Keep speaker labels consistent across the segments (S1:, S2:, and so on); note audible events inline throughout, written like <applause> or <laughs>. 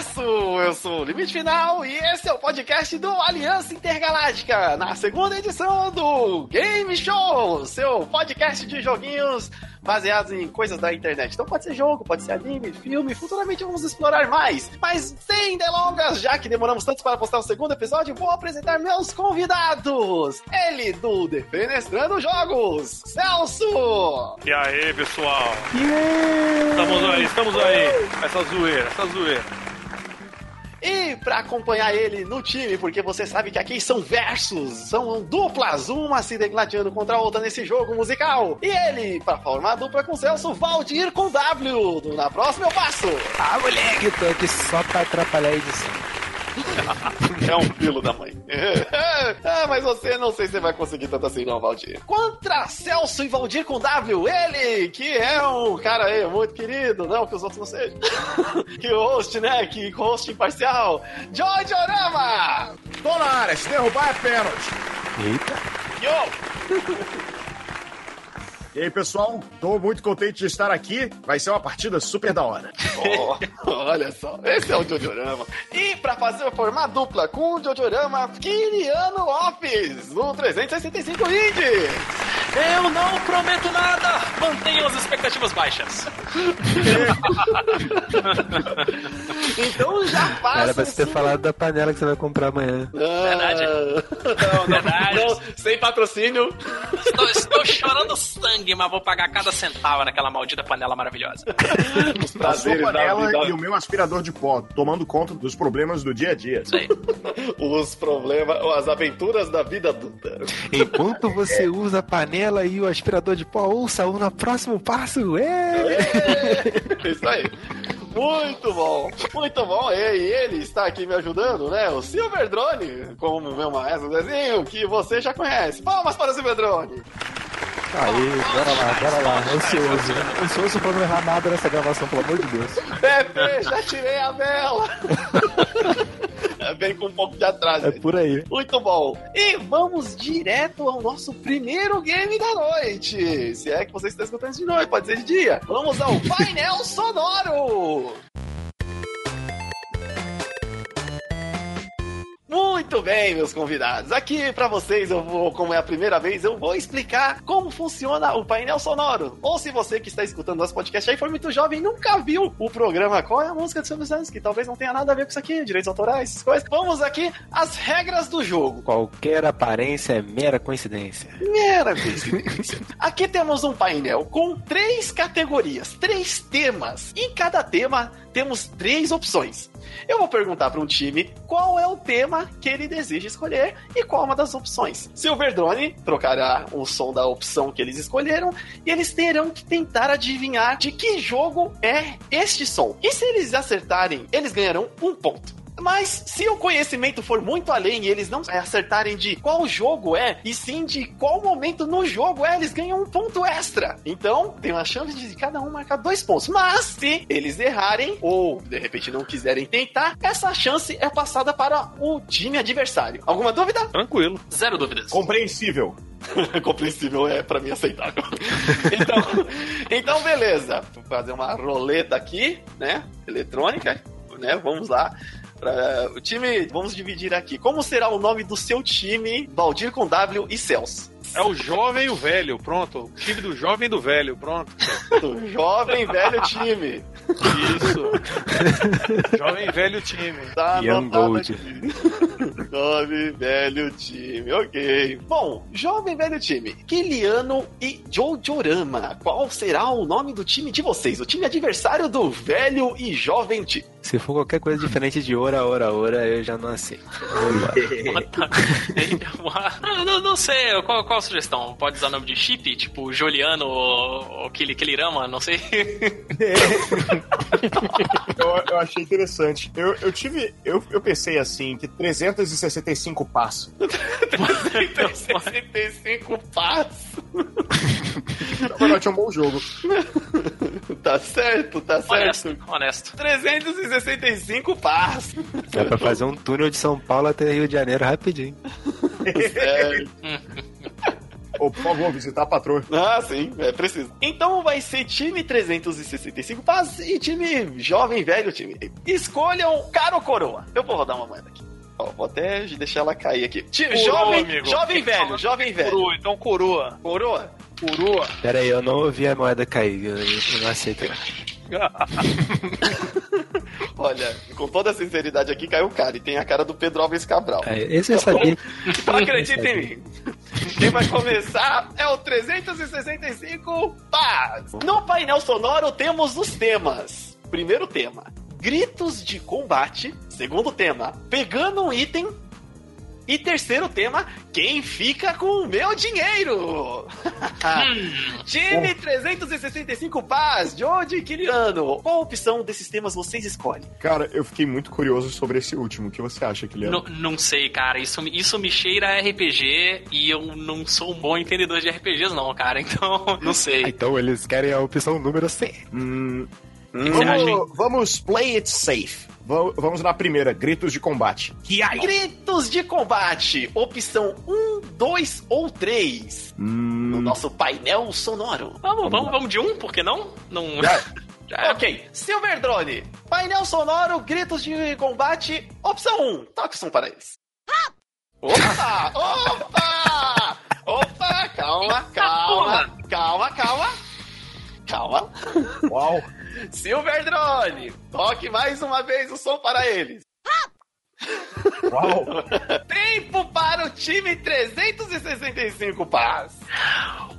S1: isso, eu sou o Limite Final e esse é o podcast do Aliança Intergaláctica, na segunda edição do Game Show, seu podcast de joguinhos baseados em coisas da internet. Então pode ser jogo, pode ser anime, filme, futuramente vamos explorar mais. Mas sem delongas, já que demoramos tanto para postar o segundo episódio, vou apresentar meus convidados. Ele do Defenestrando Jogos, Celso!
S2: E aí, pessoal? Estamos aí, estamos aí. Essa zoeira, essa zoeira.
S1: E para acompanhar ele no time, porque você sabe que aqui são versos, são duplas, uma se degladiando contra a outra nesse jogo musical. E ele, para formar dupla com o Celso, Valdir com W. do Na próxima eu passo.
S3: Ah, moleque, tô aqui só pra atrapalhar a edição.
S1: É um filo da mãe. <laughs> ah, mas você não sei se vai conseguir tanto assim, não, Valdir. Contra Celso e Valdir com W, ele, que é um cara aí muito querido, não que os outros não sejam. <laughs> que host, né? Que host imparcial. Joy Orama!
S4: Dolares, derrubar é pênalti.
S1: Yo!
S4: E aí, pessoal? Tô muito contente de estar aqui. Vai ser uma partida super da hora.
S1: Olha só, esse é o Jojo-rama. E pra fazer formar dupla com o Jojo-rama, Kiriano Lopes, no 365 Indies.
S2: Eu não prometo nada! Mantenham as expectativas baixas.
S1: Então já passa.
S3: Era pra você ter
S1: sim.
S3: falado da panela que você vai comprar amanhã.
S1: Verdade.
S2: é
S1: Não, não,
S5: Verdade.
S1: não, sem patrocínio.
S5: Estou, estou chorando sangue, mas vou pagar cada centavo naquela maldita panela maravilhosa. É
S1: Os
S4: A sua
S1: prazeres da
S4: panela e
S1: vida,
S4: o meu aspirador de pó, tomando conta dos problemas do dia a dia.
S5: Isso aí.
S1: os problemas, as aventuras da vida adulta.
S3: Enquanto você usa a panela e o aspirador de pó, ouça o no próximo passo. É!
S1: <laughs> É Isso aí. Muito bom, muito bom. E ele está aqui me ajudando, né? O Silver Drone, como meu maestro Zezinho, um que você já conhece. Palmas para o Silver Drone.
S3: Aí, bora lá, bora lá. Ansioso. Ansioso pra não errar nada nessa gravação, pelo amor de Deus.
S1: Pepe, já tirei a vela. <laughs> Vem com um pouco de atraso.
S3: É
S1: gente.
S3: por aí.
S1: Muito bom. E vamos direto ao nosso primeiro game da noite. Se é que você está escutando isso de noite, pode ser de dia. Vamos ao painel sonoro. Muito bem, meus convidados. Aqui pra vocês, eu vou, como é a primeira vez, eu vou explicar como funciona o painel sonoro. Ou se você que está escutando nosso podcast aí for muito jovem e nunca viu o programa Qual é a música do Silvio Santos, que talvez não tenha nada a ver com isso aqui, direitos autorais, essas coisas. Vamos aqui às regras do jogo.
S3: Qualquer aparência é mera coincidência.
S1: Primeira coincidência. Aqui temos um painel com três categorias, três temas. Em cada tema temos três opções. Eu vou perguntar para um time qual é o tema que ele deseja escolher e qual é uma das opções. Silver Drone trocará o som da opção que eles escolheram e eles terão que tentar adivinhar de que jogo é este som. E se eles acertarem, eles ganharão um ponto. Mas se o conhecimento for muito além e eles não acertarem de qual jogo é, e sim de qual momento no jogo é, eles ganham um ponto extra. Então, tem uma chance de cada um marcar dois pontos. Mas se eles errarem, ou de repente não quiserem tentar, essa chance é passada para o time adversário. Alguma dúvida?
S2: Tranquilo.
S5: Zero dúvidas.
S4: Compreensível.
S1: Compreensível é para mim aceitável. <laughs> então, então, beleza. Vou fazer uma roleta aqui, né? Eletrônica, né? Vamos lá. Pra- o time, vamos dividir aqui. Como será o nome do seu time, Baldir com W e Celso?
S2: É o jovem e o velho, pronto. O time do jovem e do velho, pronto.
S1: Do jovem velho time.
S2: Isso. jovem e velho time.
S1: Tá
S3: Young
S1: anotado <laughs>
S3: Gold.
S1: aqui. Jovem velho time, ok. Bom, jovem velho time, Kiliano e Jojorama. Qual será o nome do time de vocês? O time adversário do velho e jovem time.
S3: Se for qualquer coisa diferente de ora, ora, ora, eu já não aceito.
S5: não, não, não sei, qual, qual a sugestão? Pode usar nome de chip? Tipo, Joliano ou, ou Kili, Kilirama, não sei.
S4: Eu, eu achei interessante. Eu, eu tive. Eu, eu pensei assim, que 365 passos.
S1: 65 passos.
S4: Então, eu tinha um bom jogo.
S1: Tá certo, tá certo.
S5: <laughs> Honesto, honesto.
S1: 365 passos.
S3: Dá pra fazer um túnel de São Paulo até Rio de Janeiro rapidinho.
S1: Certo.
S4: Ou, por favor, visitar a patroa.
S1: Ah, sim, é preciso. Então vai ser time 365 paz e time jovem, velho time. Escolham cara ou coroa. Eu vou rodar uma moeda aqui. Ó, vou até deixar ela cair aqui. Time,
S2: Coroa,
S1: jovem,
S2: amigo.
S1: jovem velho, jovem velho.
S2: Coroa, então coroa.
S1: Coroa?
S2: Coroa.
S3: Pera aí, eu não ouvi a moeda cair, eu, eu não aceitei.
S1: Olha, com toda a sinceridade aqui, caiu o cara. E tem a cara do Pedro Alves Cabral.
S3: É, Esse eu sabia.
S1: Então acredita em mim. Quem vai começar é o 365 Paz. No painel sonoro temos os temas. Primeiro tema, gritos de combate. Segundo tema, pegando um item. E terceiro tema, quem fica com o meu dinheiro? Time 365 Paz, de onde, Kiliano? Qual opção desses temas vocês escolhem?
S4: Cara, eu fiquei muito curioso sobre esse último. O que você acha, Guilherme?
S5: Não, não sei, cara. Isso, me- isso me cheira a RPG e eu não sou um bom entendedor de RPGs, não, cara. <laughs> Então, não sei.
S3: Então eles querem a opção número 100.
S4: Hum,
S5: você acha, hein?
S4: vamos, vamos play it safe. Va- Vamos na primeira, gritos de combate.
S1: Gritos de combate, opção 1, 2 ou 3. no
S4: Hum,
S1: nosso painel sonoro.
S5: Vamos, vamos, vamos de um, por que não? Não. Já-
S1: Ok, Silver Drone, painel sonoro, gritos de combate, opção 1, toque o som para eles. Opa, opa, opa, calma, calma, calma, calma, calma.
S4: uau.
S1: Silver Drone, toque mais uma vez o som para eles.
S4: Uau.
S5: <laughs>
S1: Tempo para o time 365, paz.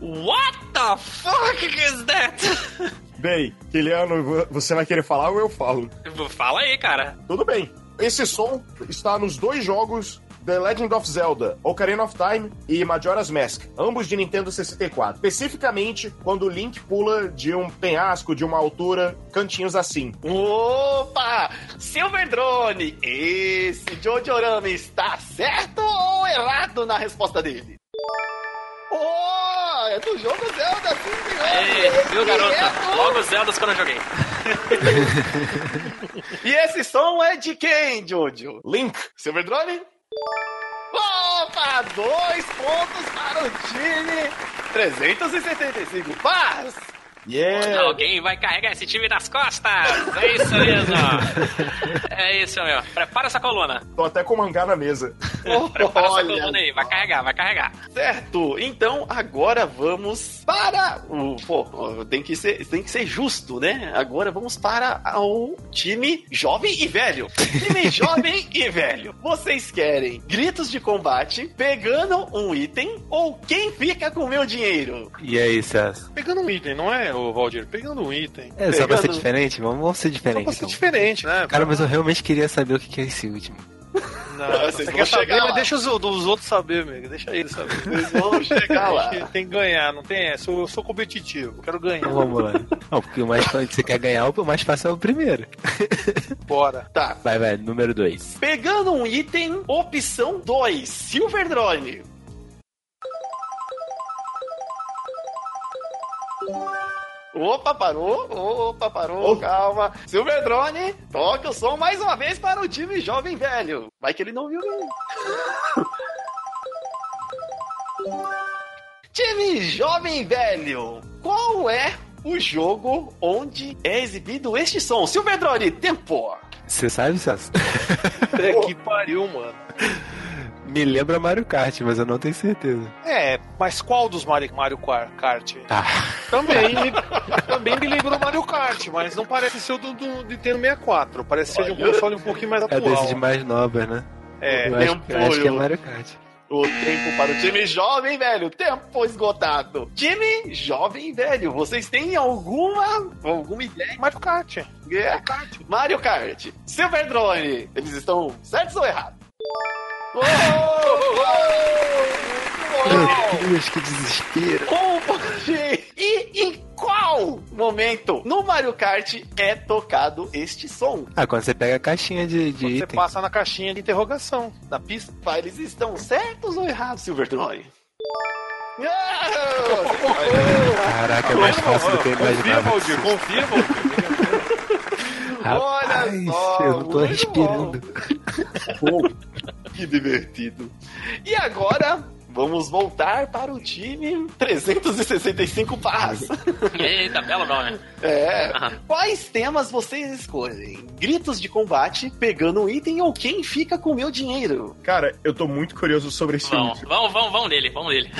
S5: What the fuck is that?
S4: Bem, Guilherme, vo- você vai querer falar ou eu falo?
S5: Tipo, Fala aí, cara.
S4: Tudo bem. Esse som está nos dois jogos The Legend of Zelda, Ocarina of Time e Majora's Mask, ambos de Nintendo 64. Especificamente quando o Link pula de um penhasco de uma altura, cantinhos assim.
S1: Opa! Silver Drone, esse Jojorama está certo ou errado na resposta dele? Oh, é do jogo Zelda, sim, senhor!
S5: Ei,
S1: Esse
S5: viu, garota?
S1: é do-
S5: Logo Zeldas quando eu joguei.
S1: E esse som é de quem, Jojo?
S4: Link,
S1: Silver Drone? Opa! Dois pontos para o time! 375
S5: <laughs>
S1: paz!
S5: É.
S4: yeah!
S5: Alguém vai carregar esse time nas costas. É isso <laughs> mesmo. é isso, meu. Prepara essa coluna.
S4: Tô até com mangá na mesa.
S5: Prepara essa coluna aí. Vai carregar, vai carregar.
S1: Certo, então agora vamos para o. Pô, tem que, ser, tem que ser justo, né? Agora vamos para o time jovem e velho. Time jovem e velho. Vocês querem gritos de combate, pegando um item ou quem fica com o meu dinheiro?
S3: E é aí, César?
S2: Pegando um item, não é, ô Valdir? Pegando um item.
S3: É, só pra ser
S1: Pegando-
S3: diferente? Vamos, vamos ser
S2: Só pra
S3: diferente.
S2: ser
S3: Então.
S2: diferente, né?
S3: Cara, mas eu realmente queria saber o que que é esse último.
S2: Não,
S1: Vocês
S2: você
S1: vão chegar
S2: quer saber,
S1: lá.
S2: mas deixa os, os outros saber, Tá amigo. Deixa eles saber.
S1: Vocês vão chegar lá.
S2: Tem que- Tem que ganhar, não tem essa. Eu sou competitivo, quero
S3: Então
S2: ganhar.
S3: vamos lá. Não, porque o mais fácil que você quer ganhar, o mais fácil é o primeiro.
S2: <laughs> Bora.
S1: Tá.
S3: Vai, vai, número 2.
S1: Pegando um item, opção 2, Silver Drone. Opa, parou. Opa, parou.
S4: Oh.
S1: Calma. Silver Drone, toca o som mais uma vez para o time jovem velho. Vai que ele não viu, né? não. <laughs> time jovem velho, qual é o jogo onde é exibido este som? Silver Drone, tempo.
S3: Você sabe, César?
S2: Até que pariu, mano.
S3: Me lembra Mario Kart, mas eu não tenho certeza.
S2: É, mas qual dos Mario, Mario Kar- Kart?
S3: Tá. <laughs>
S2: Também, me- também me lembrou Mario Kart, mas não parece ser o do, do Nintendo 64. Parece ser de um console um pouquinho mais
S3: É desse
S2: atual.
S3: de mais nobres, né?
S2: É,
S3: eu acho,
S1: tempo,
S3: eu acho que é
S1: eu-
S3: Mario Kart.
S1: O tempo para o time jovem, velho. Tempo esgotado. Time jovem, velho. Vocês têm alguma, alguma ideia?
S2: Mario Kart.
S1: Mario Kart. Mario Kart. Silver Drone. Eles estão certos ou errados? Oh,
S3: <laughs>
S1: oh, oh.
S3: Meu Deus, que desespero.
S1: Como pode? E em qual momento no Mario Kart é tocado este som?
S3: Ah, quando você pega a caixinha de, de
S2: Quando Você
S3: item.
S2: passa na caixinha de interrogação, na pista.
S1: Pá, Eles estão certos ou errados, Silver Drone? Ah,
S3: Caraca, é mais fácil do que eu
S2: confia,
S3: imaginava.
S2: Valdir, confia, Valdir.
S3: Rapaz,
S1: Olha só,
S3: eu não
S1: muito
S3: tô respirando.
S1: Que divertido. E agora, Vamos voltar para o time 365 barras.
S3: É.
S5: Eita, belo nome.
S1: É.
S5: Aham.
S1: Quais temas vocês escolhem? Gritos de combate, pegando um item ou quem fica com meu dinheiro?
S4: Cara, eu tô muito curioso sobre esse
S5: Vamos,
S4: item.
S5: vamos, vamos, vamos nele, vamos nele.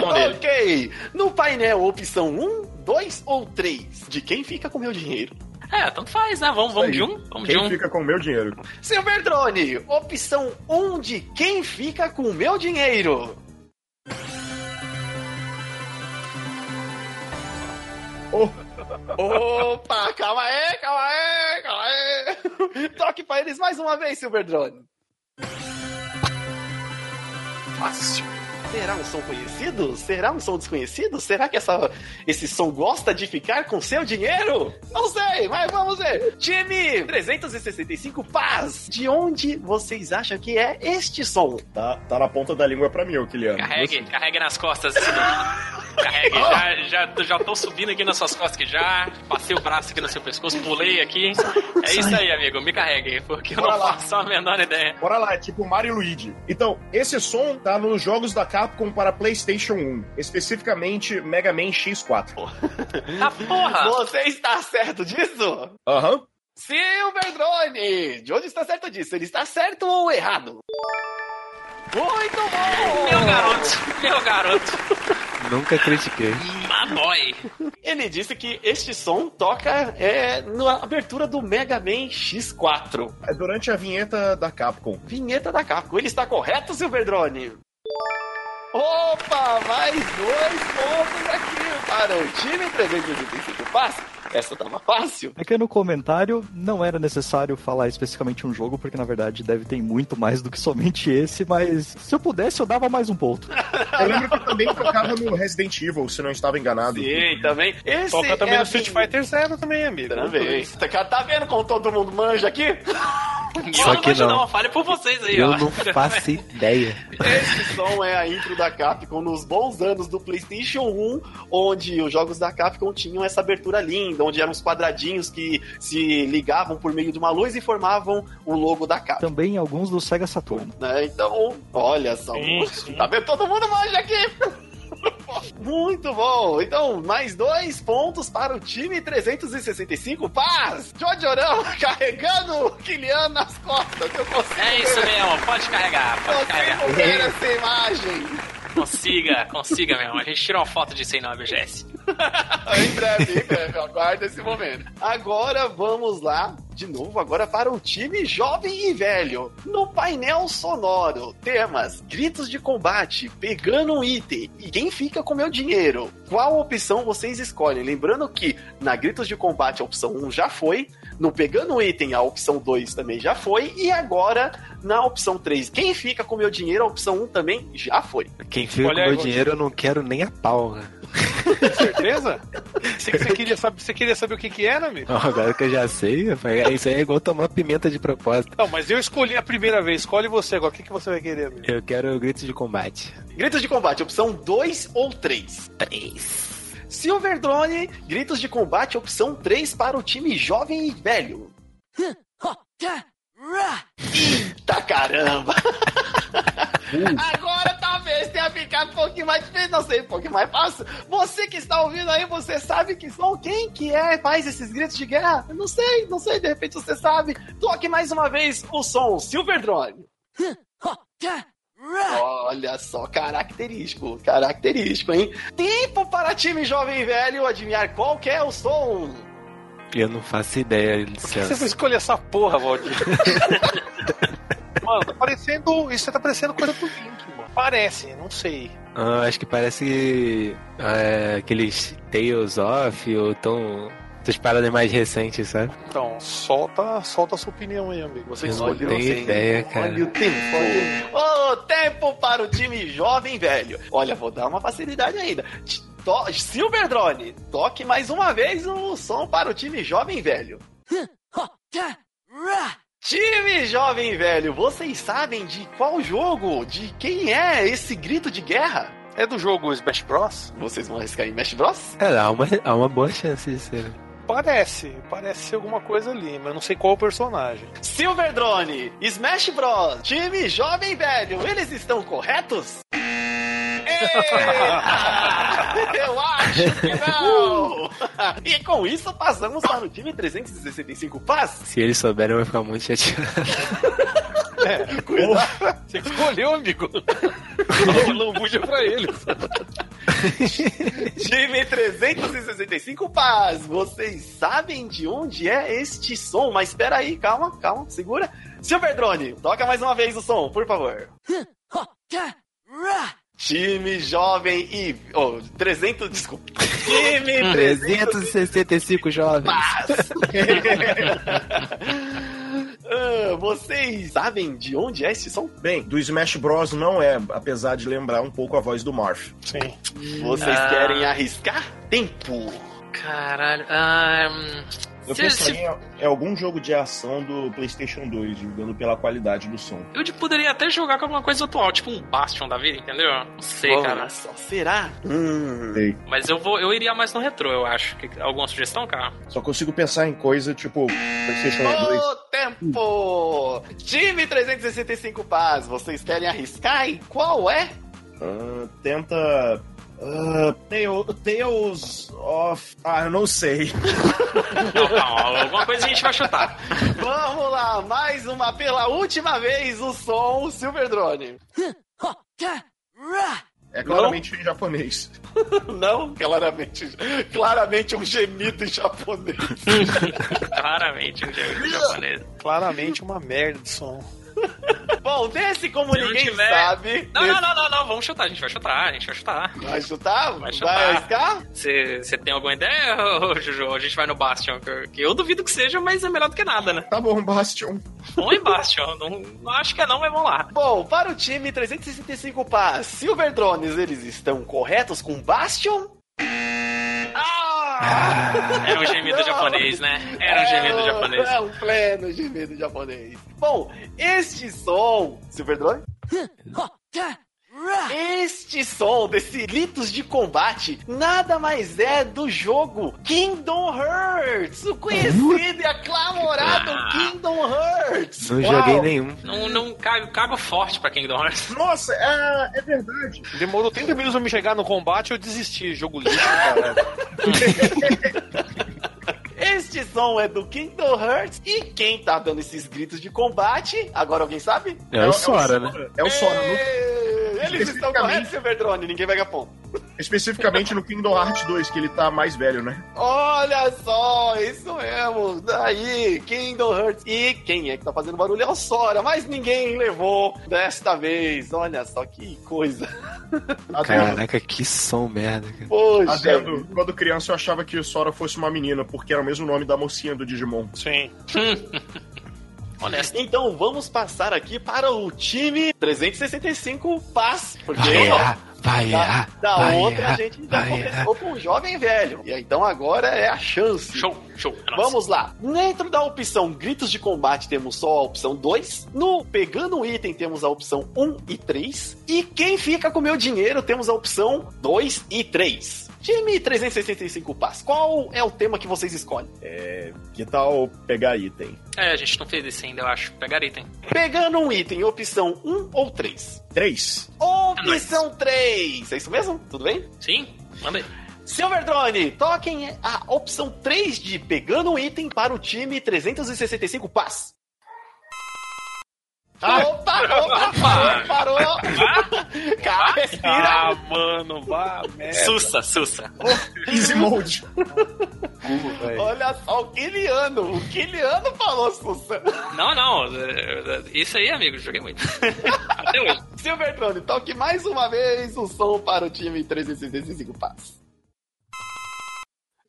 S5: vamos nele.
S1: Ok. No painel, opção 1, 2 ou 3. De quem fica com meu dinheiro?
S5: É, tanto faz, né? Vamos, vamos de um, vamos de
S4: Quem
S5: um.
S4: fica com o meu dinheiro?
S1: Seu Verdrone, opção 1 de quem fica com meu dinheiro?
S4: Oh.
S1: Opa, calma aí, calma aí, calma aí. Toque pra eles mais uma vez, Silver Drone.
S4: Fácil.
S1: Será um som conhecido? Será um som desconhecido? Será que essa, esse som gosta de ficar com seu dinheiro? Não sei, mas vamos ver. Time 365 Paz, de onde vocês acham que é este som?
S4: Tá, tá na ponta da língua pra mim, ô
S3: Tá
S4: Kiliano.
S5: Carregue, carregue nas costas. esse daqui. Carregue, já, já, já tô subindo aqui nas suas costas que já. Passei o braço aqui no seu pescoço, pulei aqui. É isso aí, amigo, me carregue, porque eu
S4: Bora
S5: não
S4: lá.
S5: faço a menor ideia.
S4: Bora lá, é tipo Mario e Luigi. Então, esse som tá nos jogos da Capcom para PlayStation 1, especificamente Mega Man X4.
S5: Tá porra!
S1: Você está certo disso?
S4: Aham.
S1: Silver Drone! De onde está certo disso? Ele está certo ou errado? Muito bom!
S5: Meu garoto, meu garoto.
S3: Nunca critiquei.
S5: My boy.
S1: Ele disse que este som toca é, na abertura do Mega Man X4.
S4: É durante a vinheta da Capcom.
S1: Vinheta da Capcom. Ele está correto, Silver Drone? Opa! Mais dois pontos aqui para o time 385 Paz. Essa tava fácil.
S3: É que no comentário não era necessário falar especificamente um jogo, porque na verdade deve ter muito mais do que somente esse, mas se eu pudesse eu dava mais um ponto.
S4: Eu lembro que também tocava no Resident Evil, se não estava enganado.
S1: Sim, também. Esse
S2: Toca também
S1: é
S2: no
S1: a
S2: Street
S1: vinheta-
S2: Fighter Zero também, amigo.
S1: Também. Tá vendo como todo mundo manja aqui?
S5: E
S3: Só
S5: eu não
S3: que
S5: manjo não.
S3: não.
S5: fale por vocês aí,
S3: Eu
S5: ó.
S3: não faço ideia.
S1: Esse som é a intro da Capcom nos bons anos do PlayStation 1, onde os jogos da Capcom tinham essa abertura linda, onde eram os quadradinhos que se ligavam por meio de uma luz e formavam o logo da Capcom.
S3: Também alguns do Sega Saturn.
S1: né? Então, olha só.
S2: Sim, sim.
S1: Tá vendo? Todo mundo manja aqui! <laughs> Muito bom! Então, mais dois pontos para o time 365. Paz! Jojorão <laughs> carregando o Kylian nas costas. Eu consigo
S5: É isso
S1: ver-
S5: mesmo, pode carregar, pode
S1: Eu
S5: carregar.
S1: consigo ver essa imagem.
S5: Consiga, consiga mesmo. A gente tirou uma foto disso aí na BGS.
S1: <laughs> em breve, em breve, aguarda esse momento. Agora vamos lá, de novo, agora para o time jovem e velho. No painel sonoro, temas, gritos de combate, pegando um item e quem fica com meu dinheiro. Qual opção vocês escolhem? Lembrando que na gritos de combate a opção 1 já foi, no pegando um item a opção 2 também já foi, e agora na opção 3, quem fica com meu dinheiro, a opção 1 também já foi.
S6: Quem fica
S2: Olha
S6: com
S2: aí,
S6: meu dinheiro eu não quero nem a pau. né?
S2: Certeza? Você, você queria saber, você queria saber o que que era, amigo?
S6: <laughs> Não, Agora que eu já sei, rapaz, isso aí é igual tomar pimenta de propósito.
S2: Não, mas eu escolhi a primeira vez. Escolhe você agora. O que, que você vai querer, amigo?
S6: Eu quero gritos de combate.
S1: Gritos de combate, opção 2 ou 3? 3. Silver Drone, gritos de combate, opção 3 para o time jovem e velho. Eita Tá caramba! <laughs> Agora talvez tenha ficado um pouquinho mais difícil, não sei, um pouquinho mais fácil. Você que está ouvindo aí, você sabe que são quem que é faz esses gritos de guerra? Eu não sei, não sei, de repente você sabe. Toque mais uma vez o som Silver Drone. Olha só, característico, característico, hein? Tempo para time jovem e velho adivinhar qual que é o som.
S6: Eu não faço ideia,
S2: Você
S6: licença.
S2: vai escolher essa porra, Valdir. <laughs> mano, tá parecendo. Isso tá parecendo coisa do Link, mano. Parece, não sei.
S6: Ah, acho que parece é, aqueles Tales of ou tão. Essas paradas mais recentes, sabe?
S2: Então, solta, solta a sua opinião aí, amigo. Você que
S6: Eu não
S2: escolheu.
S6: tenho
S1: assim.
S6: ideia, cara.
S1: Olha o tempo. Olha o tempo para o time jovem e velho. Olha, vou dar uma facilidade ainda. T- to- Silver Drone, toque mais uma vez o som para o time jovem e velho. Time jovem e velho, vocês sabem de qual jogo, de quem é esse grito de guerra?
S2: É do jogo Smash Bros?
S1: Vocês vão arriscar em Smash Bros?
S6: É, há uma, há uma boa chance de ser.
S2: Parece, parece ser alguma coisa ali, mas não sei qual o personagem.
S1: Silver Drone, Smash Bros, time jovem e velho, eles estão corretos? Eita! <laughs> Eu acho que não! <laughs> E com isso passamos para o time 365 Paz.
S6: Se eles souberem, eu vou ficar muito chateado.
S2: Você <laughs> que escolheu, amigo. Dá uma lambuja pra ele.
S1: Time 365 Paz. Vocês sabem de onde é este som, mas espera aí, calma, calma, segura. Silver Drone, toca mais uma vez o som, por favor. Time jovem e. Oh, 300, desculpa.
S6: <laughs>
S1: Time 300
S6: 365 jovens.
S1: Paz. Ah, Vocês sabem de onde é este som?
S4: Bem, do Smash Bros. não é, apesar de lembrar um pouco a voz do Morph.
S2: Sim.
S1: Vocês
S5: Ah.
S1: querem arriscar? Tempo.
S5: Caralho. Ah, hum,
S4: Eu
S5: se- se-
S4: pensaria em em algum jogo de ação do PlayStation 2, julgando pela qualidade do som.
S5: eu de- poderia até jogar com alguma coisa atual, tipo um Bastion da vida, entendeu? Não sei,
S1: Olha
S5: cara.
S1: só, será? Hum.
S5: Mas eu vou, eu iria mais no retrô, eu acho. Que- Alguma sugestão, cara?
S4: Só consigo pensar em coisa tipo PlayStation 2.
S1: O tempo! Time 365 Paz, vocês querem arriscar? E qual é?
S4: Ah, tenta. ah, Tale- Tales of. Ah, eu não sei.
S5: Não, calma. Alguma coisa a gente vai chutar.
S1: Vamos lá, mais uma pela última vez o som Silver Drone. <laughs>
S4: É claramente em japonês.
S1: Não, claramente, claramente um gemido em japonês.
S5: Claramente, um jogo japonês.
S2: Claramente uma merda de som.
S1: Bom, desse como
S5: Se não
S1: ninguém
S5: tiver-
S1: sabe,
S5: Não, não, não, não, não, vamos chutar, a gente vai chutar, a gente vai chutar.
S1: vai chutar?
S5: Vai
S1: Vai,
S5: chutar.
S1: arriscar?
S5: Você tem alguma ideia, ô, Juju? A gente vai no Bastion, que eu, que eu duvido que seja, mas é melhor do que nada, né?
S4: Tá bom, Bastion.
S5: Vamos em Bastion, não, não acho que é não, mas vamos lá.
S1: Bom, para o time 365 Paz, Silver Drones, eles estão corretos com Bastion? Ah!
S5: Era um gemido
S1: Não.
S5: japonês, né? Era um gemido
S1: É,
S5: japonês.
S1: É um pleno gemido japonês. Bom, este som. Silver Drone? Este som desse litos de combate nada mais é do jogo Kingdom Hearts, o conhecido e aclamorado
S5: Ah.
S1: Kingdom Hearts.
S6: Não
S1: Uau.
S6: joguei nenhum.
S5: Não, não cago, cago forte pra Kingdom Hearts.
S4: Nossa, é, é verdade.
S2: Demorou 30 minutos pra me chegar no combate eu desisti. Jogo lixo, cara.
S1: Este som é do Kingdom Hearts e quem tá dando esses gritos de combate? Agora alguém sabe?
S6: É o Sora, né?
S4: É o Sora.
S1: Ê,
S4: no-
S1: Eles estão
S4: Especificamente-
S1: corretos, Silver Drone, ninguém pega ponto.
S4: especificamente no Kingdom Hearts 2, que ele tá mais velho, né?
S1: Olha só, isso mesmo. Daí, Kingdom Hearts. E quem é que tá fazendo barulho é o Sora, mas ninguém levou desta vez. Olha só que coisa.
S4: Adendo,
S6: Caraca, que som merda, cara.
S1: Poxa.
S4: adendo, quando criança eu achava que o Sora fosse uma menina, porque era o mesmo nome da mocinha do Digimon.
S2: Sim.
S5: Honesto.
S1: Então vamos passar aqui para o time 365 Paz. Porque
S6: Vai errar, vai
S5: Tá.
S1: da,
S6: errar.
S1: da
S6: vai
S1: outra a
S6: errar,
S1: gente já
S6: vai errar.
S1: começou com um jovem velho. E então agora é a chance.
S5: Show, show. é nóis.
S1: Vamos lá. Dentro da opção gritos de combate temos só a opção 2. No pegando um item temos a opção 1 e 3. E quem fica com meu dinheiro temos a opção 2 e 3. Time 365 Paz, qual é o tema que vocês escolhem?
S4: Que tal pegar item?
S5: É, a gente não fez isso ainda, eu acho. Pegar item.
S1: Pegando um item, opção 1 ou 3? <laughs>
S4: Três.
S1: Opção 3! É isso mesmo? Tudo bem?
S5: Sim? Manda aí.
S1: Silverdrone, toquem a opção 3 de pegando um item para o time 365 Paz. Ah, Opa, opa, parou, parou. Cara, respira.
S2: Ah, mano, vá, merda.
S5: Sussa, sussa.
S4: Easy mode.
S1: Olha só, o Kiliano, o Kiliano falou, Sussa.
S5: Não, não. é, é, Isso aí, amigo, joguei muito. <laughs> Até hoje.
S1: Silvertrone, toque mais uma vez o som para o time 365 Paz.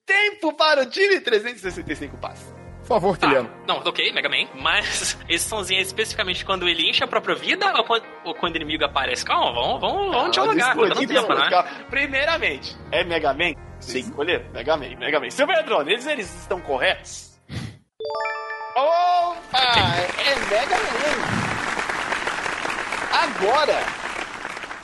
S1: Tempo para o time 365 Paz.
S4: Por favor,
S5: Tá.
S4: Kiliano.
S5: Não, ok, Mega Man. Mas esse sonzinho é especificamente quando ele enche a própria vida ou quando, ou quando o inimigo aparece? Calma, vamos, vamos, vamos dialogar.
S1: Calma,
S5: Tá dando
S1: discutir,
S5: tempo, né?
S1: calma. Primeiramente, é Mega Man? Sim. Escolher? Mega Man, Mega Man. Silverdrone, eles, eles estão corretos? Opa! É Mega Man! Agora,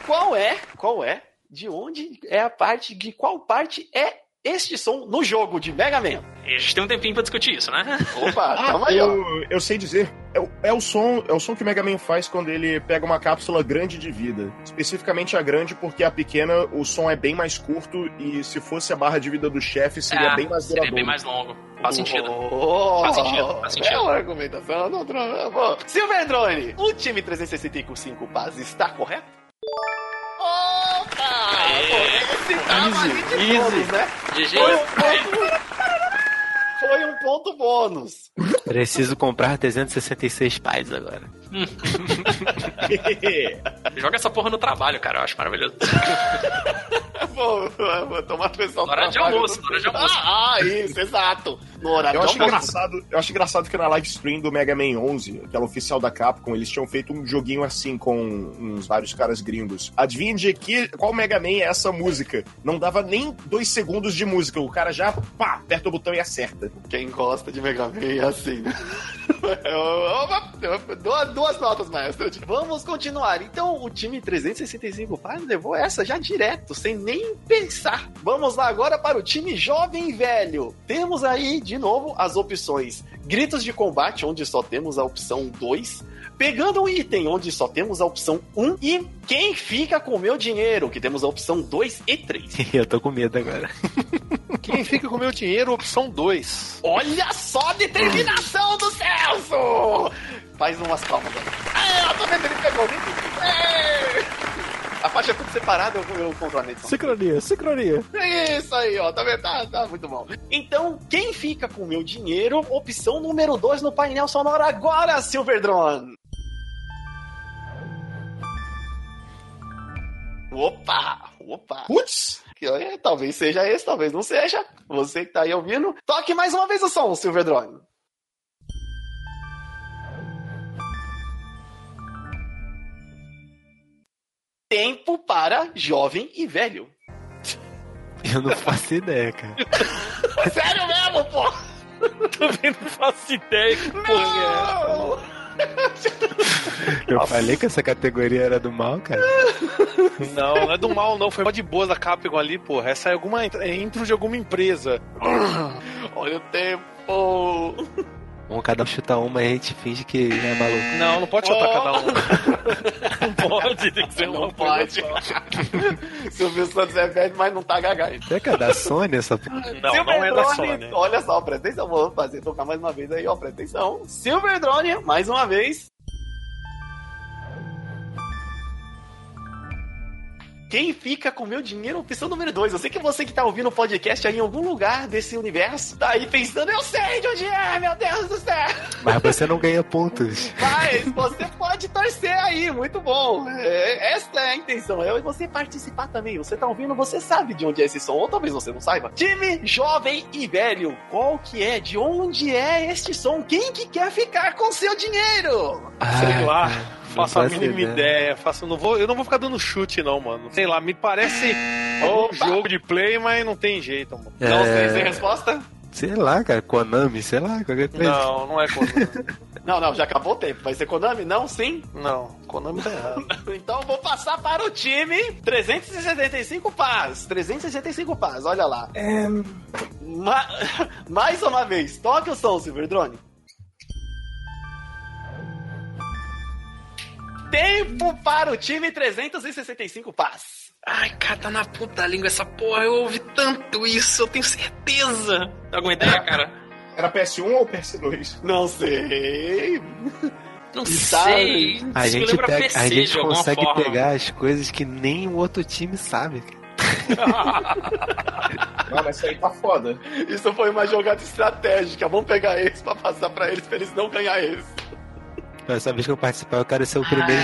S1: qual é, qual é, de onde é a parte, de qual parte é este som no jogo de Mega Man?
S5: E a gente tem um tempinho pra discutir isso, né? <laughs>
S1: Opa,
S4: Ah,
S1: tamo aí, ó.
S4: eu, eu sei dizer. É, o- é o som, é o som que o Mega Man faz quando ele pega uma cápsula grande de vida. Especificamente a grande, porque a pequena o som é bem mais curto e se fosse a barra de vida do chefe seria
S5: Ah,
S4: bem mais
S5: seria
S4: duradouro.
S5: bem mais longo. Faz sentido.
S1: Oh,
S5: Faz sentido, faz sentido.
S1: Bela argumentação. é Não, não, não. Silvia Androne, o time 365 Paz está correto? Opa! Pô, Esse tava ali de
S3: Easy,
S1: todos, né?
S5: GG.
S1: Foi um ponto... <laughs> Foi um ponto <laughs> bônus.
S6: Preciso comprar 366 pais agora. <laughs>
S4: <laughs>
S5: Joga essa porra no trabalho, cara. Eu acho maravilhoso.
S1: Vou, vou tomar atenção.
S5: Na hora de almoço, na hora de almoço.
S1: Ah, ah, isso, exato. No horário
S4: Eu
S1: de
S4: acho,
S1: almoço.
S4: engraçado, eu acho engraçado que na live stream do Mega Man 11, aquela oficial da Capcom, eles tinham feito um joguinho assim com uns vários caras gringos. Adivinha de que, qual Mega Man é essa música? Não dava nem dois segundos de música. O cara já, pá, aperta o botão e acerta.
S1: Quem gosta de Mega Man é assim. né? <laughs> é Opa, duas, duas notas, maestro. Vamos continuar. Então, o time 365 Paz levou essa já direto, sem nem pensar. Vamos lá agora para o time jovem e velho. Temos aí, de novo, as opções Gritos de Combate, onde só temos a opção 2. Pegando um item, onde só temos a opção 1. E Quem Fica com o Meu Dinheiro, que temos a opção 2 e 3.
S6: Eu tô com medo agora.
S2: Quem fica com meu
S1: é
S2: dinheiro, opção 2.
S1: Olha só a determinação do Celso! Faz umas palmas. aí. Ah, eu tô vendo, ele pegou. ele pegou. É. A faixa é tudo separada, eu, eu controlo a edição.
S3: Sincronia, sincronia.
S1: É Isso aí, ó. Tá, vendo? tá, tá muito bom. Então, quem fica com o meu dinheiro? Opção número 2 no painel sonoro agora, Silverdrone. Opa! Opa!
S4: Putz!
S1: Que, é, talvez seja esse, talvez não seja. Você que tá aí ouvindo, toque mais uma vez o som, Silverdrone. Tempo para jovem e velho.
S6: Eu não faço ideia, cara.
S1: Sério mesmo, pô?
S5: Também não faço ideia que porra
S1: Não!
S6: Eu falei que essa categoria era do mal, cara.
S2: Não, não é do mal, não. Foi uma de boa da Capcom ali, porra. Essa é alguma é intro de alguma empresa.
S1: <laughs> Olha o tempo.
S6: Vamos cada um chutar uma e a gente finge que é maluco.
S2: Não, não pode chutar
S1: Oh.
S2: cada um.
S5: Não pode, tem que ser
S1: Não
S5: uma
S1: pode. <laughs> Silvio Santos é velho, mas não tá gaga.
S6: Será que é da Sony essa p...
S2: Não, não é da
S1: Silverdrone,
S2: Sony.
S1: Olha só, presta atenção, vou fazer tocar mais uma vez aí, ó, presta atenção. Silverdrone, mais uma vez. Quem fica com meu dinheiro, é opção número 2. Eu sei que você que tá ouvindo o podcast aí em algum lugar desse universo, tá aí pensando, eu sei de onde é, meu Deus do céu!
S6: Mas você não ganha pontos.
S1: Mas você pode torcer aí, muito bom. É, essa é a intenção. É você participar também. Você tá ouvindo, você sabe de onde é esse som, ou talvez você não saiba. Time jovem e velho, qual que é? De onde é este som? Quem que quer ficar com seu dinheiro?
S2: Sei
S6: Ah,
S2: lá,
S6: não
S2: faço a
S6: faço
S2: mínima
S6: ideia.
S2: ideia. faço, não vou, eu não vou ficar dando chute, não, mano. Sei lá, me parece um jogo de play, mas não tem jeito, mano.
S6: É.
S1: Não sei, sem resposta?
S6: sei lá, cara. Konami, sei lá, qualquer coisa.
S2: Não, não é Konami.
S1: Não, não, já acabou o tempo. Vai ser Konami? Não, sim.
S2: Não, Konami tá errado.
S1: <laughs> Então eu vou passar para o time 365 pás. 365 pás, olha lá. Ma- <laughs> Mais uma vez, toque o som, Silverdrone. Tempo para o time 365 pás.
S5: Ai, cara, tá na ponta da língua essa porra. Eu ouvi tanto isso, eu tenho certeza. Tem alguma ideia, cara?
S4: Era PS1 ou PS2?
S1: Não sei.
S5: Não
S1: Bizarro,
S5: sei.
S6: Tá. A
S5: Isso me
S6: gente,
S5: lembra
S6: pega-
S5: PC
S6: a
S5: de
S6: gente
S5: alguma
S6: consegue
S5: forma.
S6: pegar as coisas que nem o outro time sabe. cara.
S4: Não, mas isso aí tá foda.
S1: Isso foi uma jogada estratégica. Vamos pegar eles para passar para eles, para eles não ganhar eles.
S6: Essa vez que eu participar, eu quero ser o
S5: Ah.
S6: primeiro.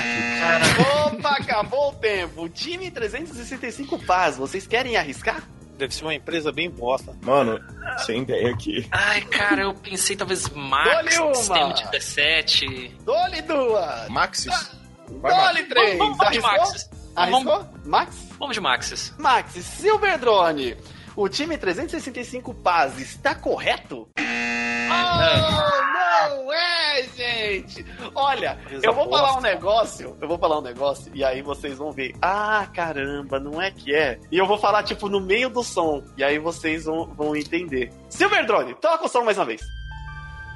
S1: Opa, acabou o tempo. Time 365 pás. Vocês querem arriscar?
S2: Deve ser uma empresa bem bosta.
S4: Mano, sem ideia aqui.
S5: <laughs> Ai, cara, eu pensei talvez Max,
S1: Dole uma.
S5: sistema de 17.
S1: Dole duas.
S4: Maxis? Vai,
S1: Dole três.
S5: Vamos, vamos de
S1: Arriscou?
S5: Maxis.
S1: Arriscou? Max?
S5: Vamos de Maxis.
S1: Max, Silverdrone.
S5: Ah.
S1: O time 365 Paz está correto? Oh, não! Não é, gente! Olha, eu vou falar um negócio, eu vou falar um negócio, e aí vocês vão ver. Ah, caramba, não é que é. E eu vou falar, tipo, no meio do som, e aí vocês vão, vão entender. Silver Drone, toca o som mais uma vez.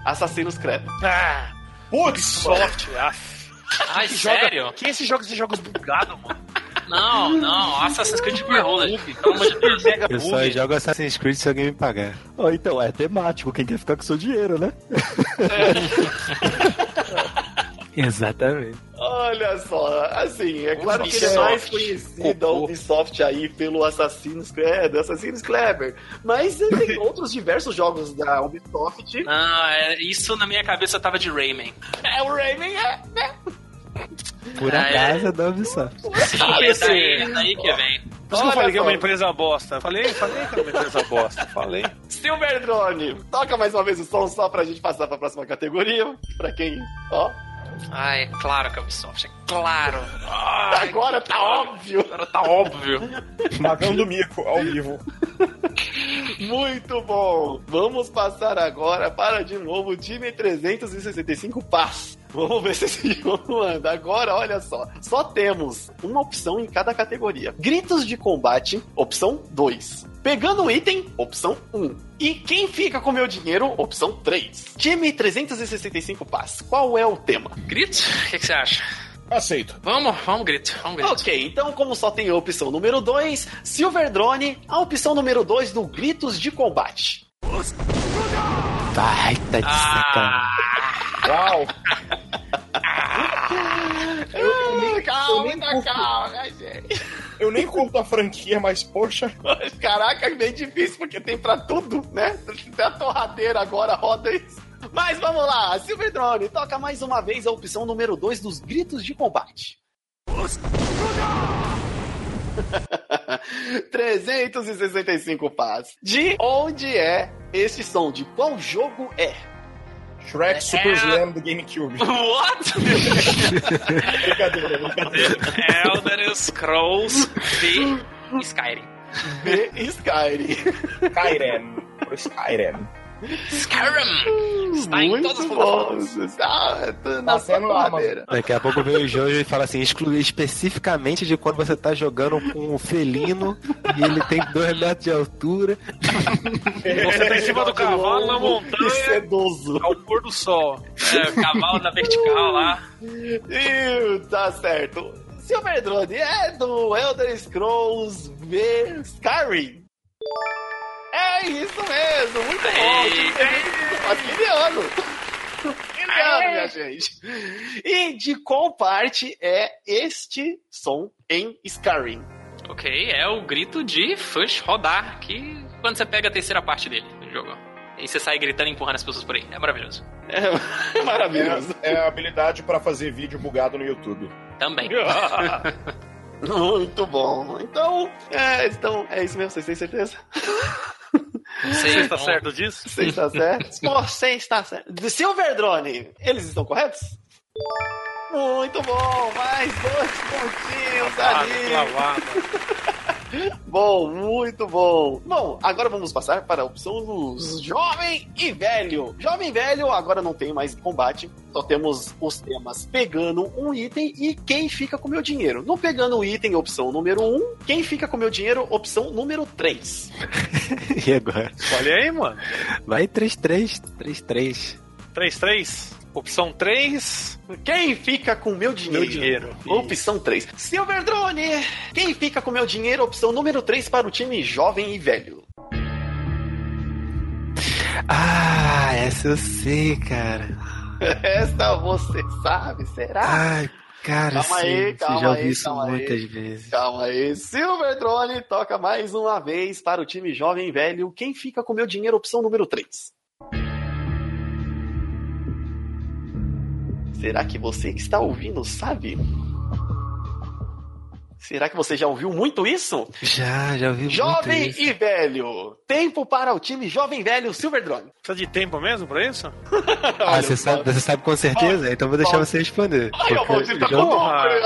S1: Assassin's Creed.
S2: Ah,
S4: Putz!
S2: soft. Ah,
S5: <laughs> Ai,
S2: que joga-
S5: sério?
S2: Quem é esse jogo, esses jogos bugados, mano?
S5: Não, não, Assassin's Creed né? Brotherhood. Pelo amor de Deus.
S2: Mega
S6: Eu só
S2: bug.
S6: jogo Assassin's Creed se alguém me pagar.
S3: Ó, então, é temático, quem quer ficar com seu dinheiro, né?
S6: <laughs> Exatamente.
S1: Olha só, assim, é claro que ele é
S2: Ubisoft.
S1: mais conhecido a Ubisoft aí pelo Assassin's Creed, Assassin's Kleber. Mas <laughs> tem outros diversos jogos da Ubisoft.
S5: Não, é, isso na minha cabeça tava de <laughs> Rayman.
S1: É, o Rayman é.
S6: Por
S5: Ah, é?
S6: acaso é da Ubisoft.
S5: Sim, é daí, é daí que vem.
S2: Por isso que eu falei que é uma
S1: Olha só.
S2: empresa bosta. Falei, falei que era uma empresa bosta. Falei.
S1: Silver Drone, toca mais uma vez o som só pra gente passar pra próxima categoria. Pra quem. Ó,
S5: Ai, é claro que é Ubisoft, é claro. Ai,
S1: agora tá óbvio.
S5: agora tá óbvio.
S4: Magão do Tá Mico, ao vivo.
S1: Muito bom! Vamos passar agora para de novo o time 365 Paz. Vamos ver <laughs> se esse jogo anda. Agora, olha só. Só temos uma opção em cada categoria. Gritos de combate, opção 2. Pegando um item, opção 1. E quem fica com meu dinheiro, opção 3. Time 365 Paz. Qual é o tema?
S5: Grito? O que, que você acha?
S4: Aceito.
S5: Vamos, vamos, grito, vamos, grito.
S1: Ok, então como só tem a opção número 2, Silver Drone, a opção número 2 do Gritos de Combate.
S6: Ai, tá de sacanagem.
S5: Ah,
S4: Uau!
S5: É,
S1: Ah, calma, ainda calma, né, gente.
S4: Eu nem curto a franquia, mas poxa.
S1: Caraca, é bem difícil, porque tem pra tudo, né? Tem a torradeira agora, roda isso. Mas vamos lá, Silver Drone, toca mais uma vez a opção número 2 dos gritos de combate. <laughs> 365 pás. De onde é esse som? De qual jogo
S5: <laughs>
S1: é?
S4: Shrek Super Slam do GameCube.
S5: what?
S4: Brincadeira, brincadeira.
S5: Elder Scrolls V Skyrim.
S1: B. Skyrim.
S4: Skyrim. Skyrim.
S5: Skyrim! Está em todas as
S1: Muito bom.
S5: plataformas.
S1: Ah, tá na
S4: Tá
S1: sua
S4: sendo lá,
S1: torradeira.
S6: Daqui a pouco vem o Jojo e fala assim, exclui especificamente de quando você tá jogando com um felino e ele tem dois metros de altura.
S2: Você tá em cima do cavalo, na
S1: E
S2: montanha,
S1: sedoso.
S2: ao É pôr do sol.
S5: É, o cavalo na vertical lá.
S1: Ih, tá certo. Silver Drone é do Elder Scrolls V Skyrim. É isso mesmo, muito bom.
S5: Ei.
S1: Aquiliano. Aquiliano, minha gente. E de qual parte é este som em Skyrim?
S5: Ok, é o grito de Fush rodar, que quando você pega a terceira parte dele do jogo. E você sai gritando e empurrando as pessoas por aí. É maravilhoso.
S1: É maravilhoso.
S4: É, é a habilidade pra fazer vídeo bugado no YouTube.
S1: <laughs>
S5: Também.
S1: Tá Muito bom. Então, é, então, é isso mesmo, vocês têm certeza?
S5: Você
S2: Você tá certo disso?
S1: Você está certo? <laughs> Você está certo. Silver Drone, eles estão corretos? Muito bom, mais dois pontinhos
S2: Ah,
S1: Tá ali.
S2: clavado.
S1: Bom, muito bom. Bom, agora vamos passar para a opção dos jovem e velho. Jovem e velho agora não tem mais combate, só temos os temas pegando um item e quem fica com meu dinheiro. No pegando o item, opção número 1, um, quem fica com meu dinheiro, opção número 3.
S6: E agora?
S2: Olha aí, mano.
S6: Vai 3-3, 3-3.
S2: 3-3. Opção 3.
S1: Quem fica com meu dinheiro?
S2: Meu dinheiro.
S1: Opção 3. Silver Drone! Quem fica com meu dinheiro? Opção número 3 para o time jovem e velho. <laughs>
S6: Ah, essa eu sei, cara.
S1: Essa você sabe, será?
S6: Ai, cara,
S1: Ah, Calma
S6: sim.
S1: aí,
S6: Você
S1: calma
S6: já
S1: aí,
S6: ouviu isso
S1: calma aí.
S6: muitas vezes.
S1: Calma aí. Silver Drone toca mais uma vez para o time jovem e velho. Quem fica com meu dinheiro? Opção número 3. Será que você que está ouvindo sabe? Será que você já ouviu muito isso?
S6: Já, já ouvi
S1: Jovem
S6: muito isso.
S1: e velho. Tempo para o time jovem velho Silver Drone.
S2: Precisa de tempo mesmo pra isso?
S6: Ah, você sabe, você sabe com certeza? Então vou deixar você responder.
S1: Ai, o
S6: Porque
S1: Maldito tá com
S6: Jovem-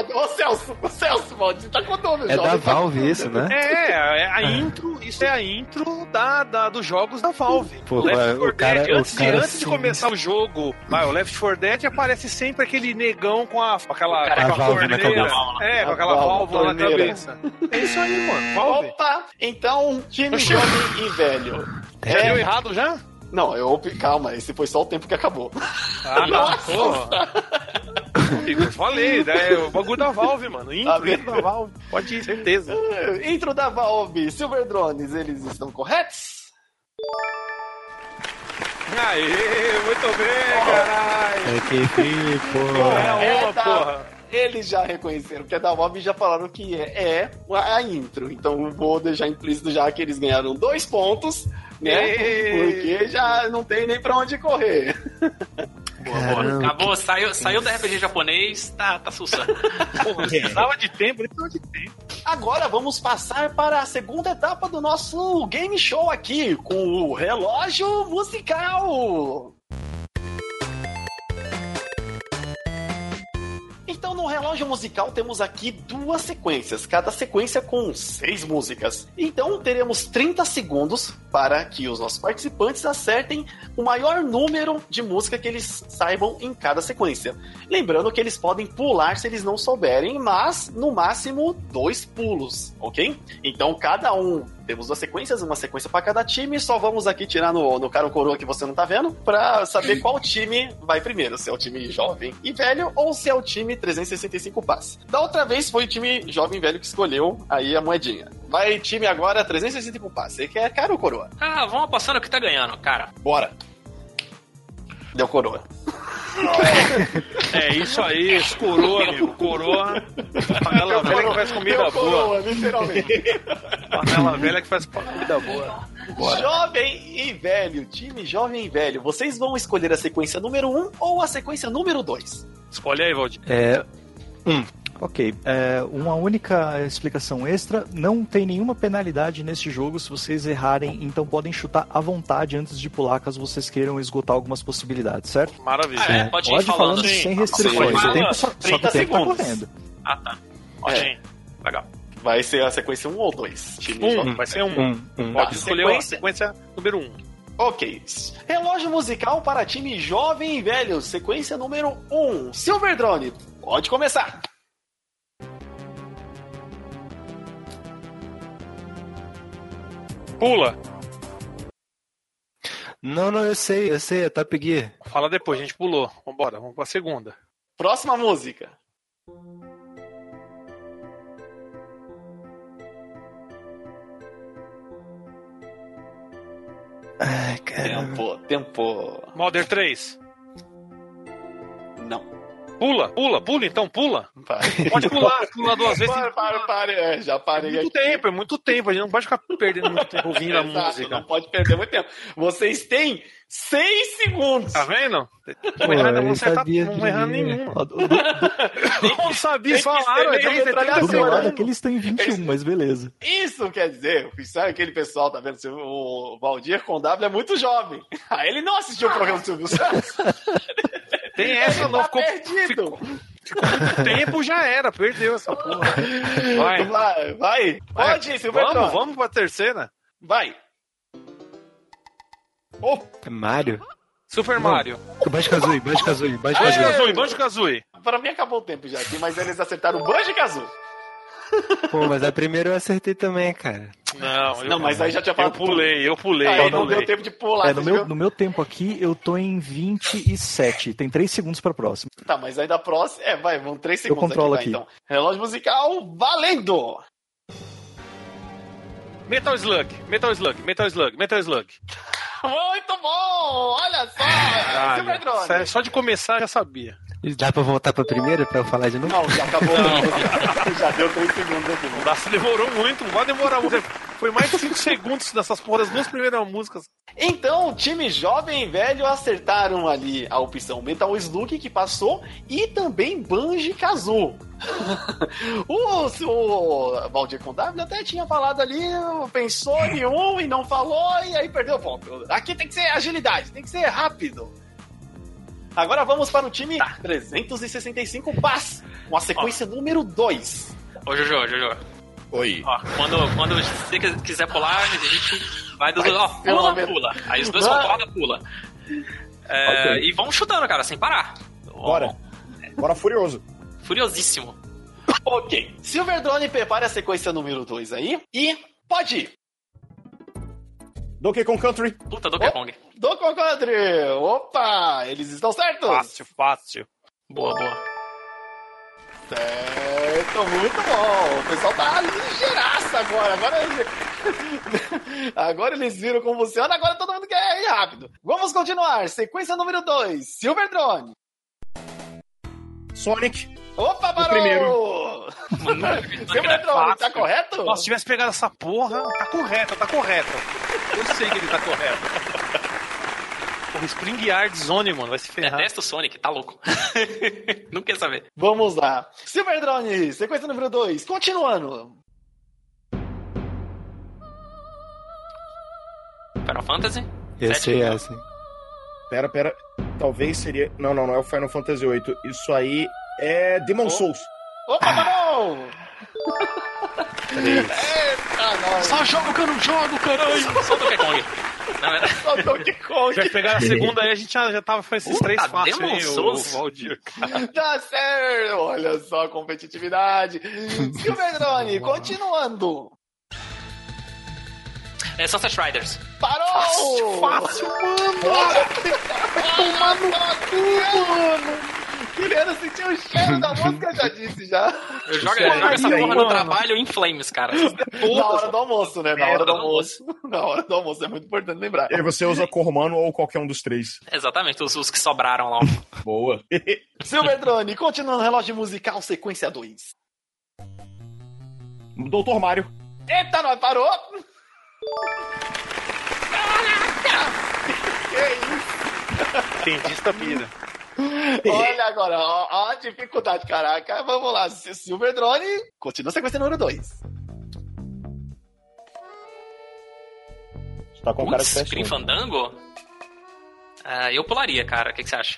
S1: nome. Ô, Celso, o Celso, Maldito tá com nome,
S6: É
S1: jovem.
S6: da Valve isso, né?
S2: É, é a intro, isso é a intro da, da- dos jogos da Valve.
S6: Pô,
S2: Left
S6: vai,
S2: 4
S6: o cara-
S2: Dead,
S6: o
S2: um antes, de-
S6: cara
S2: antes de
S6: sim.
S2: começar o jogo, vai, o Left 4 Dead aparece sempre aquele negão com a, com aquela,
S5: O cara
S2: com
S6: com a válvula na
S2: torneira.
S5: cabeça.
S2: É, com aquela
S1: A
S2: válvula na
S1: torneira.
S2: cabeça. É isso aí, mano. Valve.
S1: Opa, então, time jovem e velho.
S2: Já
S1: É.
S2: deu errado já?
S1: Não, eu calma, esse foi só o tempo que acabou. <laughs>
S2: Ah, porra. Eu falei, né? é o bagulho da Valve, mano.
S1: Tá
S2: Intro,
S1: vendo?
S2: intro da Valve. Pode ir, certeza.
S1: Intro da Valve, Silver Drones, eles estão corretos?
S2: Aê, muito bem, caralho.
S6: É que enfim, pô.
S2: É
S1: É
S2: uma,
S1: da-
S2: porra.
S1: Eles já reconheceram que é da Valve e já falaram que é, é a intro. Então vou deixar implícito já que eles ganharam dois pontos, né?
S2: Ei.
S1: Porque já não tem nem pra onde correr.
S5: Boa, boa.
S6: Caramba.
S5: Acabou, saiu, saiu do RPG japonês, tá, tá sussa.
S2: Porra, ele precisava de tempo, então, tipo, ele precisava de tempo.
S1: Agora vamos passar para a segunda etapa do nosso game show aqui, com o relógio musical. Então, no relógio musical, temos aqui duas sequências, cada sequência com seis músicas. Então, teremos 30 segundos para que os nossos participantes acertem o maior número de música que eles saibam em cada sequência. Lembrando que eles podem pular se eles não souberem, mas no máximo dois pulos, ok? Então, cada um. Temos duas sequências, uma sequência para cada time. Só vamos aqui tirar no, no cara ou coroa que você não tá vendo, para saber qual time vai primeiro. Se é o time jovem e velho ou se é o time 365 passe. Da outra vez foi o time jovem e velho que escolheu aí a moedinha. Vai, time agora 365 passe. Você quer cara ou coroa?
S5: Ah, vamos passando o que tá ganhando, cara.
S1: Bora! Deu coroa.
S2: É isso aí, coroa, amigo. <laughs> Coroa. Panela velha que faz comida
S1: Deu
S2: boa.
S1: coroa, literalmente.
S2: Panela velha que faz comida boa.
S1: Jovem e velho, time jovem e velho, vocês vão escolher a sequência número 1 um ou a sequência número 2.
S2: Escolhe aí, Valdir.
S3: É. Ok, é, uma única explicação extra: não tem nenhuma penalidade neste jogo se vocês errarem, então podem chutar à vontade antes de pular, caso vocês queiram esgotar algumas possibilidades, certo?
S2: Maravilha.
S5: Ah, é?
S2: Sim.
S5: Pode ir
S3: Pode ir
S5: falando,
S3: falando
S5: sim.
S3: sem restrições,
S1: Sim.
S3: o tempo só, só
S1: 30
S3: que o tempo tá
S1: segundos.
S3: correndo.
S5: Ah, tá.
S2: Pode ir.
S5: Legal.
S1: Vai ser a sequência 1 um ou 2? Time jovem.
S2: Um, vai ser um.
S5: Hum.
S1: Tá,
S2: Pode escolher a
S1: sequência-
S2: sequência número um.
S1: Ok. Relógio musical para time jovem e velho, sequência número 1. Um. Silver Drone, pode começar.
S2: Pula.
S6: Não, não, eu sei, eu sei, é Top Gear.
S2: Fala depois, a gente pulou. Vambora, vamos pra segunda.
S1: Próxima música.
S6: Ai, cara.
S1: Tempo, tempo.
S2: Modern 3.
S1: Não.
S2: Pula, pula, pula então, pula.
S1: Para, <laughs>
S2: Pode pular, pula duas vezes.
S1: para, para. para. É, já
S2: É
S1: parei
S2: muito
S1: aqui.
S2: tempo, é muito tempo. A gente não pode ficar perdendo muito tempo ouvindo a
S1: <laughs> Exato, Não
S2: música.
S1: pode perder muito tempo. Vocês têm 6 segundos.
S2: Tá vendo?
S6: Pô,
S2: Não errando,
S6: eu
S2: não
S6: não
S2: acertar,
S6: sabia
S2: não
S6: que-
S2: errar <laughs> nenhuma.
S3: Ó, do- do-
S2: Não sabia,
S1: que ser
S2: falaram, é
S1: meio
S2: 30
S1: metralhadora.
S3: Do meu lado
S2: segundos.
S3: aqui eles têm 21, mas beleza.
S1: Isso quer dizer, sabe aquele pessoal, tá vendo? O Valdir com W é muito jovem. <laughs> Aí ele não assistiu o programa do Silvio Santos.
S2: Tem essa,
S1: tá
S2: não é, ficou
S1: perdido.
S2: ficou- tempo, já era, perdeu essa porra. Vai.
S1: Vai, vai. Pode ir, Silvio
S2: Vamos,
S1: Santos.
S2: vamos pra terceira.
S1: Vai.
S6: É Mario?
S2: Super Mario.
S6: Banjo Kazooie, Banjo Kazooie, Banjo
S2: Banjo
S6: Kazooie.
S2: Kazooie, Banjo Kazooie.
S1: Pra mim acabou o tempo já aqui, mas eles acertaram o Banjo e Kazoo.
S6: Pô, mas a primeira eu acertei também, cara.
S2: Não, eu,
S1: Não, mas aí já tinha
S2: eu
S1: falado.
S2: pulei, eu pulei.
S1: Aí
S2: eu
S1: não
S2: pulei.
S1: deu tempo de pular.
S3: É, no,
S1: vocês
S3: meu,
S1: viram?
S3: no meu tempo aqui eu tô em 27, tem 3 segundos pra próxima.
S1: Tá, mas ainda próximo. É, vai, vão 3
S3: Eu
S1: segundos
S3: controlo
S1: vai,
S3: aqui.
S1: então. Relógio musical valendo!
S2: Metal Slug, Metal Slug, Metal Slug, Metal Slug.
S1: Muito bom! Olha só! Silver Drone.
S2: Sério, só de começar já sabia.
S6: Dá pra voltar pra primeira pra eu falar de novo?
S1: Não, <laughs> já acabou. Já deu 3 segundos aqui. né?
S2: Nossa, demorou muito, não vai demorar muito. Foi mais de 5 segundos nessas porras, duas primeiras músicas.
S1: Então, o time jovem e velho acertaram ali a opção Metal Slug que passou e também Banji Kazoo. <laughs> o, o Valdir Condábil até tinha falado ali, pensou em um e não falou, e aí perdeu o ponto. Aqui tem que ser agilidade, tem que ser rápido. Agora vamos para o time 365 Paz, com a sequência número 2.
S5: Ô, Jojo, Jojo.
S4: Oi.
S5: Ó, quando, quando você qui- quiser pular, a gente vai dos
S1: Vai
S5: dois. Ó,
S1: ser
S5: pula,
S1: uma merda.
S5: pula. Aí os dois
S1: Vai.
S5: concordam, pula. É, E vamos chutando, cara, sem parar. Ó,
S4: Bora. Bora furioso.
S5: Furiosíssimo.
S1: Ok. Silver Drone, prepare a sequência número 2 aí. E pode ir.
S4: Donkey Kong Country.
S5: Puta, Donkey
S1: Ó.
S5: Kong.
S1: Do Cocodre! Opa! Eles estão certos!
S2: Fácil, fácil.
S5: Boa, boa.
S1: Certo, muito bom! O pessoal tá ligeiraça agora. Agora, eles- agora eles <laughs> viram como funciona, agora todo mundo quer ir rápido. Vamos continuar. Sequência número 2, Silver Drone.
S4: Sonic.
S1: Opa, parou!
S4: primeiro.
S5: Mano, Donkey Kong
S1: Silver
S5: é
S1: Drone,
S5: fácil.
S1: tá correto?
S2: Nossa, se tivesse pegado essa porra, tá correta, tá correta. Eu sei que ele tá correto. Porra, Spring Yard Zone, mano, vai se ferrar.
S5: Detesto o Sonic, tá louco. <laughs> Não quer saber.
S1: Vamos lá. Silver Drone, sequência número 2, continuando.
S5: Final Fantasy?
S6: Eu
S5: Sétimo.
S6: sei essa.
S4: Pera, pera. Talvez seria. Não, não, não é o Final Fantasy VIII. Isso aí é Demon Souls.
S1: Opa, parou! Eita, nós.
S2: Só jogo que eu não jogo, caralho!
S5: Só Donkey Kong. Na verdade,
S1: Só Donkey Kong.
S2: Já pegaram a segunda aí, a gente já, já tava com esses
S5: Puta,
S2: três fáceis
S5: Demon
S2: aí, o, o
S5: Souls.
S2: Valdir.
S1: <laughs> Tá certo! Olha só a competitividade. Silver Drone, continuando.
S5: é Sunset Riders.
S1: Parou!
S2: Fácil,
S1: <laughs>
S2: mano!
S1: Tomar no cu, mano! Querendo sentir o cheiro da música, eu já disse já.
S5: Eu jogo, eu jogo essa
S4: aí,
S5: porra no
S2: mano.
S5: trabalho em flames, cara.
S1: Na hora do almoço, né? Na hora do
S5: É,
S1: almoço. <laughs> Na hora do almoço, é muito importante lembrar.
S4: E aí você usa Cormano ou qualquer um dos três.
S5: Exatamente, os, os que sobraram
S2: <laughs>
S5: lá.
S4: Boa.
S1: Silver Drone, continuando relógio musical, sequência 2.
S4: Doutor Mario.
S1: Eita, nós parou! Caraca! Que isso?
S2: Dentista pira.
S1: Olha agora, ó, ó a dificuldade, caraca. Vamos lá, Silver Drone, continua a sequência número 2.
S4: Você tá com cara de
S5: Putz,
S4: teste,
S2: um.
S5: Grim
S4: né?
S5: Fandango? Ah, eu pularia, cara. O que, que você acha?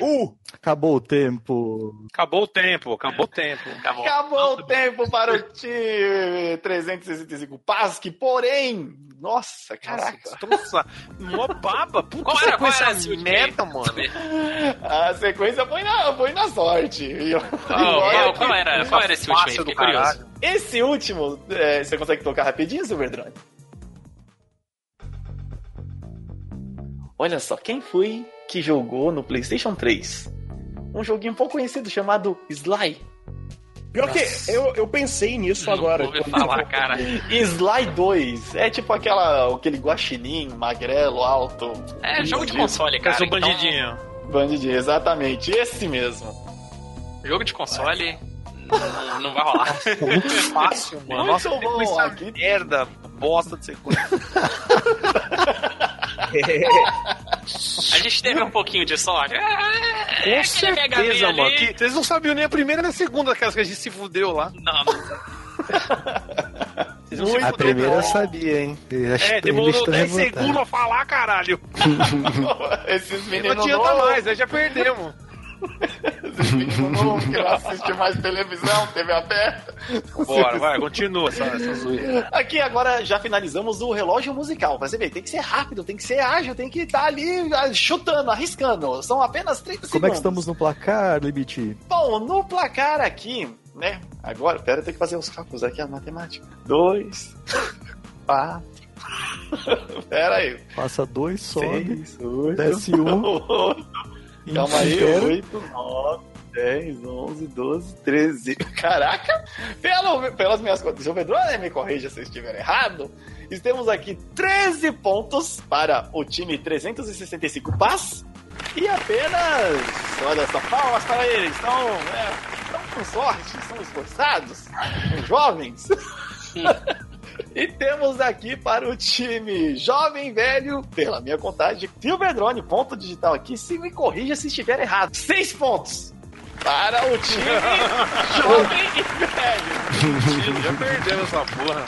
S4: Uh!
S3: Acabou o tempo.
S2: Acabou o tempo, acabou o tempo. <laughs>
S5: Acabou.
S1: Acabou o tempo para o time 365 Pasque, porém, nossa, caraca.
S2: Caraca, trouxa. Mó baba. Puta
S5: Qual era- qual
S2: sequência
S5: era esse último aí?
S2: merda, mano.
S1: A sequência foi na, foi na sorte. E
S5: Ah,
S1: olha
S5: Qual, qual-
S1: que-
S5: qual era, <laughs> qual era esse último aí?
S2: Fácil
S5: Fiquei
S2: do
S5: curioso.
S2: caralho.
S1: Esse último, é, você consegue tocar rapidinho, Silverdrone? Olha só, quem foi que jogou no PlayStation 3 um joguinho pouco conhecido chamado Sly?
S4: Pior que eu, eu pensei nisso
S5: Não
S4: agora.
S5: ouvi falar, cara.
S1: Sly 2 é tipo aquela, aquele guaxinim, magrelo, alto.
S5: É jogo de
S1: Bandido.
S5: console, cara.
S2: Eu sou
S5: então,
S2: um bandidinho.
S1: Bandidinho, exatamente, esse mesmo.
S5: jogo de
S2: <laughs>
S5: console não, não vai rolar.
S2: Fácil, mano.
S1: Muito
S2: Nossa,
S1: bom,
S2: sequência
S1: aqui.
S2: merda. Bosta de sequência.
S5: A gente teve um pouquinho de sorte. Ah,
S2: Com
S5: aquele Mega Man
S2: certeza,
S5: ali.
S2: mano. que vocês não sabiam nem a primeira nem a segunda, aquelas que tá a gente se fudeu lá.
S5: Não,
S2: Vocês não se
S1: Muito
S6: A
S2: fuderam,
S6: primeira eu
S2: não.
S6: sabia, hein?
S2: É, demorou 10
S3: é
S2: segundos a falar, caralho.
S1: <laughs> Esses
S2: Não
S1: meninos
S2: adianta
S1: novos,
S2: mais, aí já perdemos.
S1: Esses meninos novos que não assistem mais televisão, TV aberta.
S2: Bora, vai, continua essa, essa zoeira.
S1: Aqui agora já finalizamos o relógio musical. Pra você ver, tem que ser rápido, tem que ser ágil, tem que estar ali ah, chutando, arriscando. São apenas 30
S3: Como é que
S1: segundos.
S3: estamos no placar, Libiti?
S1: Bom, no placar aqui, né? Agora, pera, eu tenho que fazer os cálculos aqui, a matemática. Dois, <laughs> quatro. pera aí.
S3: Passa dois, sobe,
S1: Seis, oito,
S3: desce um.
S1: <laughs> oito. Calma aí,
S3: inteiro.
S1: 8, 9, 10, 11, 12, 13. <laughs> Caraca! Pelo, pelas minhas contas, o Pedro me corrija se eu estiver errado. Estamos aqui 13 pontos para o time 365 Paz. E apenas, olha só, palmas para Então, eles. Estão, é, estão com sorte, estão esforçados, são jovens. E temos aqui para o time jovem velho, pela minha contagem, Silverdrone, ponto digital aqui. Se me corrija se estiver errado. Seis pontos para o time jovem e velho.
S2: Já perdeu essa porra.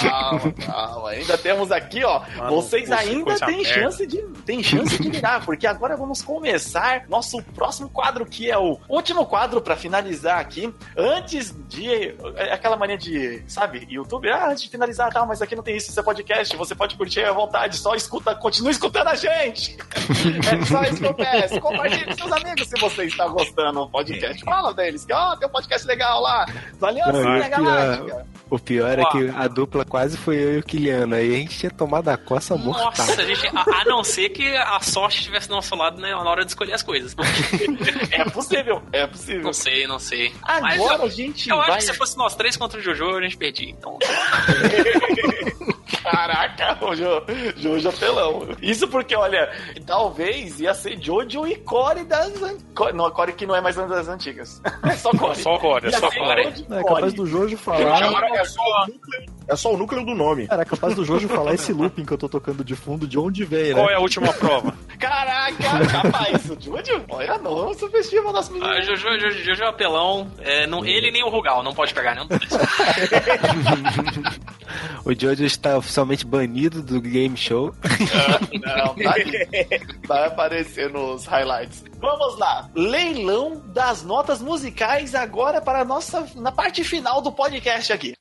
S1: Calma, calma. Ainda temos aqui, ó.
S2: Mano,
S1: vocês
S2: poxa,
S1: ainda
S2: coisa
S1: têm
S2: merda.
S1: chance, de, têm chance de virar, porque agora vamos começar nosso próximo quadro, que é o último quadro para finalizar aqui. Antes de. é Aquela mania de, sabe, YouTube, ah, antes de finalizar, tá, mas aqui não tem isso, isso é podcast, você pode curtir à vontade, só escuta, continua escutando a gente. é só isso que eu peço. Compartilhe com seus amigos se você está gostando do podcast. Fala deles, que ó, tem um podcast legal lá. Valeu,
S6: Não,
S1: assim, né,
S6: e o pior-
S1: Galáctica?
S6: O pior é que a dupla quase foi eu e o Kiliano. Aí a gente tinha tomado a coça
S2: tá
S6: mortal.
S5: Nossa, gente, a, a não ser que a sorte estivesse do nosso lado né, na hora de escolher as coisas.
S1: É possível, é possível.
S2: <laughs>
S5: Não sei, não sei. Mas
S1: Agora
S5: eu-
S1: a gente
S5: Eu acho
S1: vai.
S5: que se fosse nós três contra o Jojo, a gente perdia. Então,
S1: Caraca, <laughs> o Jo- Jojo apelão. Isso porque, olha, talvez ia ser Jojo e Core das. an- Core- Não, a Core que não é mais uma das antigas. <laughs> É só Core.
S2: Só agora,
S1: Ia
S2: só
S1: ser
S5: Core.
S1: Jojo e
S3: É capaz
S1: Core.
S3: do Jojo
S4: Chama-
S3: falar.
S4: É só, o núcleo, é só o núcleo do nome.
S3: Era capaz do Jojo falar esse looping que eu tô tocando de fundo, de onde veio,
S2: Qual
S3: né?
S2: é a última prova?
S1: Caraca, <laughs> capaz. O Jojo, olha, não, subestima o nosso menino.
S5: a Jojo, Jojo, Jojo é apelão. É, não, ele nem o Rugal, não pode pegar né? nenhum dos dois.
S6: O Jojo está oficialmente banido do game show.
S1: Não, tá ali. <laughs> Vai aparecer nos highlights. Vamos lá. Leilão das notas musicais agora para a nossa na parte final do podcast aqui.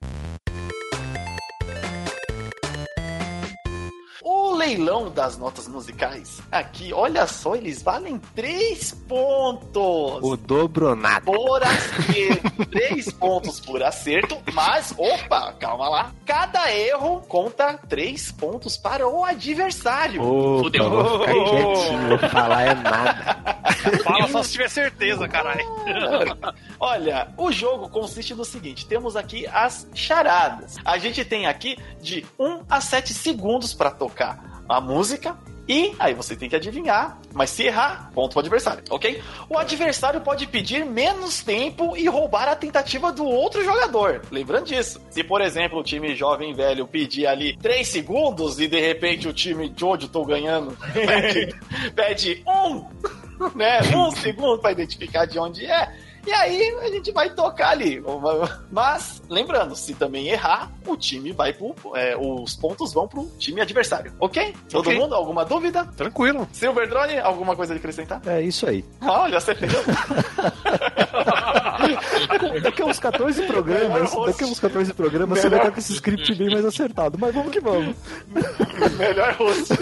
S1: O leilão das notas musicais aqui, olha só, eles valem 3 pontos.
S6: O dobronado.
S1: Por <laughs> acerto. três pontos por acerto, mas, opa, calma lá. Cada erro conta três pontos para o adversário.
S6: Opa,
S5: Fudeu.
S6: vou ficar quietinho, vou falar é nada.
S2: <laughs> Fala só se tiver certeza, caralho.
S1: <laughs> Olha, o jogo consiste no seguinte: temos aqui as charadas. A gente tem aqui de 1 a 7 segundos para tocar a música. E aí você tem que adivinhar, mas se errar, ponto pro adversário, ok? O adversário pode pedir menos tempo e roubar a tentativa do outro jogador. Lembrando disso. Se, por exemplo, o time jovem e velho pedir ali 3 segundos e de repente o time Jojo tô ganhando pede- <laughs> pede um, né? Um segundo para identificar de onde é. E aí a gente vai tocar ali. Mas, lembrando, se também errar, o time vai pro. é, os pontos vão pro time adversário. Ok? Todo
S2: Ok.
S1: mundo? Alguma dúvida?
S2: Tranquilo.
S1: Silver Drone, alguma coisa a acrescentar?
S3: É isso aí.
S1: Ah, olha, você pegou.
S3: <laughs> Daqui a uns 14 programas,
S1: Melhor
S3: daqui a uns 14 programas você vai estar com esse script bem mais acertado. Mas vamos que vamos.
S1: Melhor rosto. <laughs>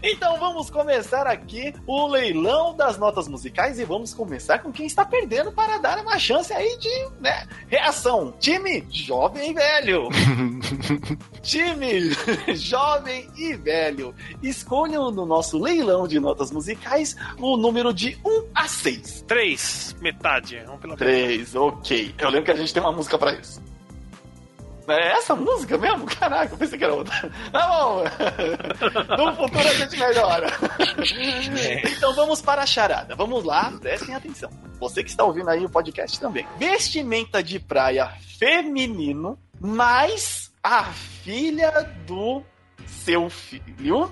S1: Então vamos começar aqui o leilão das notas musicais e vamos começar com quem está perdendo para dar uma chance aí de né, reação. Time jovem e
S3: <laughs>
S1: velho. Time jovem e velho. Escolham no nosso leilão de notas musicais o número de 1 a 6.
S2: Três, metade. Vamos pela
S1: 3, ok. Eu lembro que a gente tem uma música para isso. É essa música mesmo? Caraca, eu pensei que era outra. Tá bom. No futuro a gente melhora. Então vamos para a charada. Vamos lá, prestem atenção. Você que está ouvindo aí o podcast também. Vestimenta de praia feminino, mas a filha do seu filho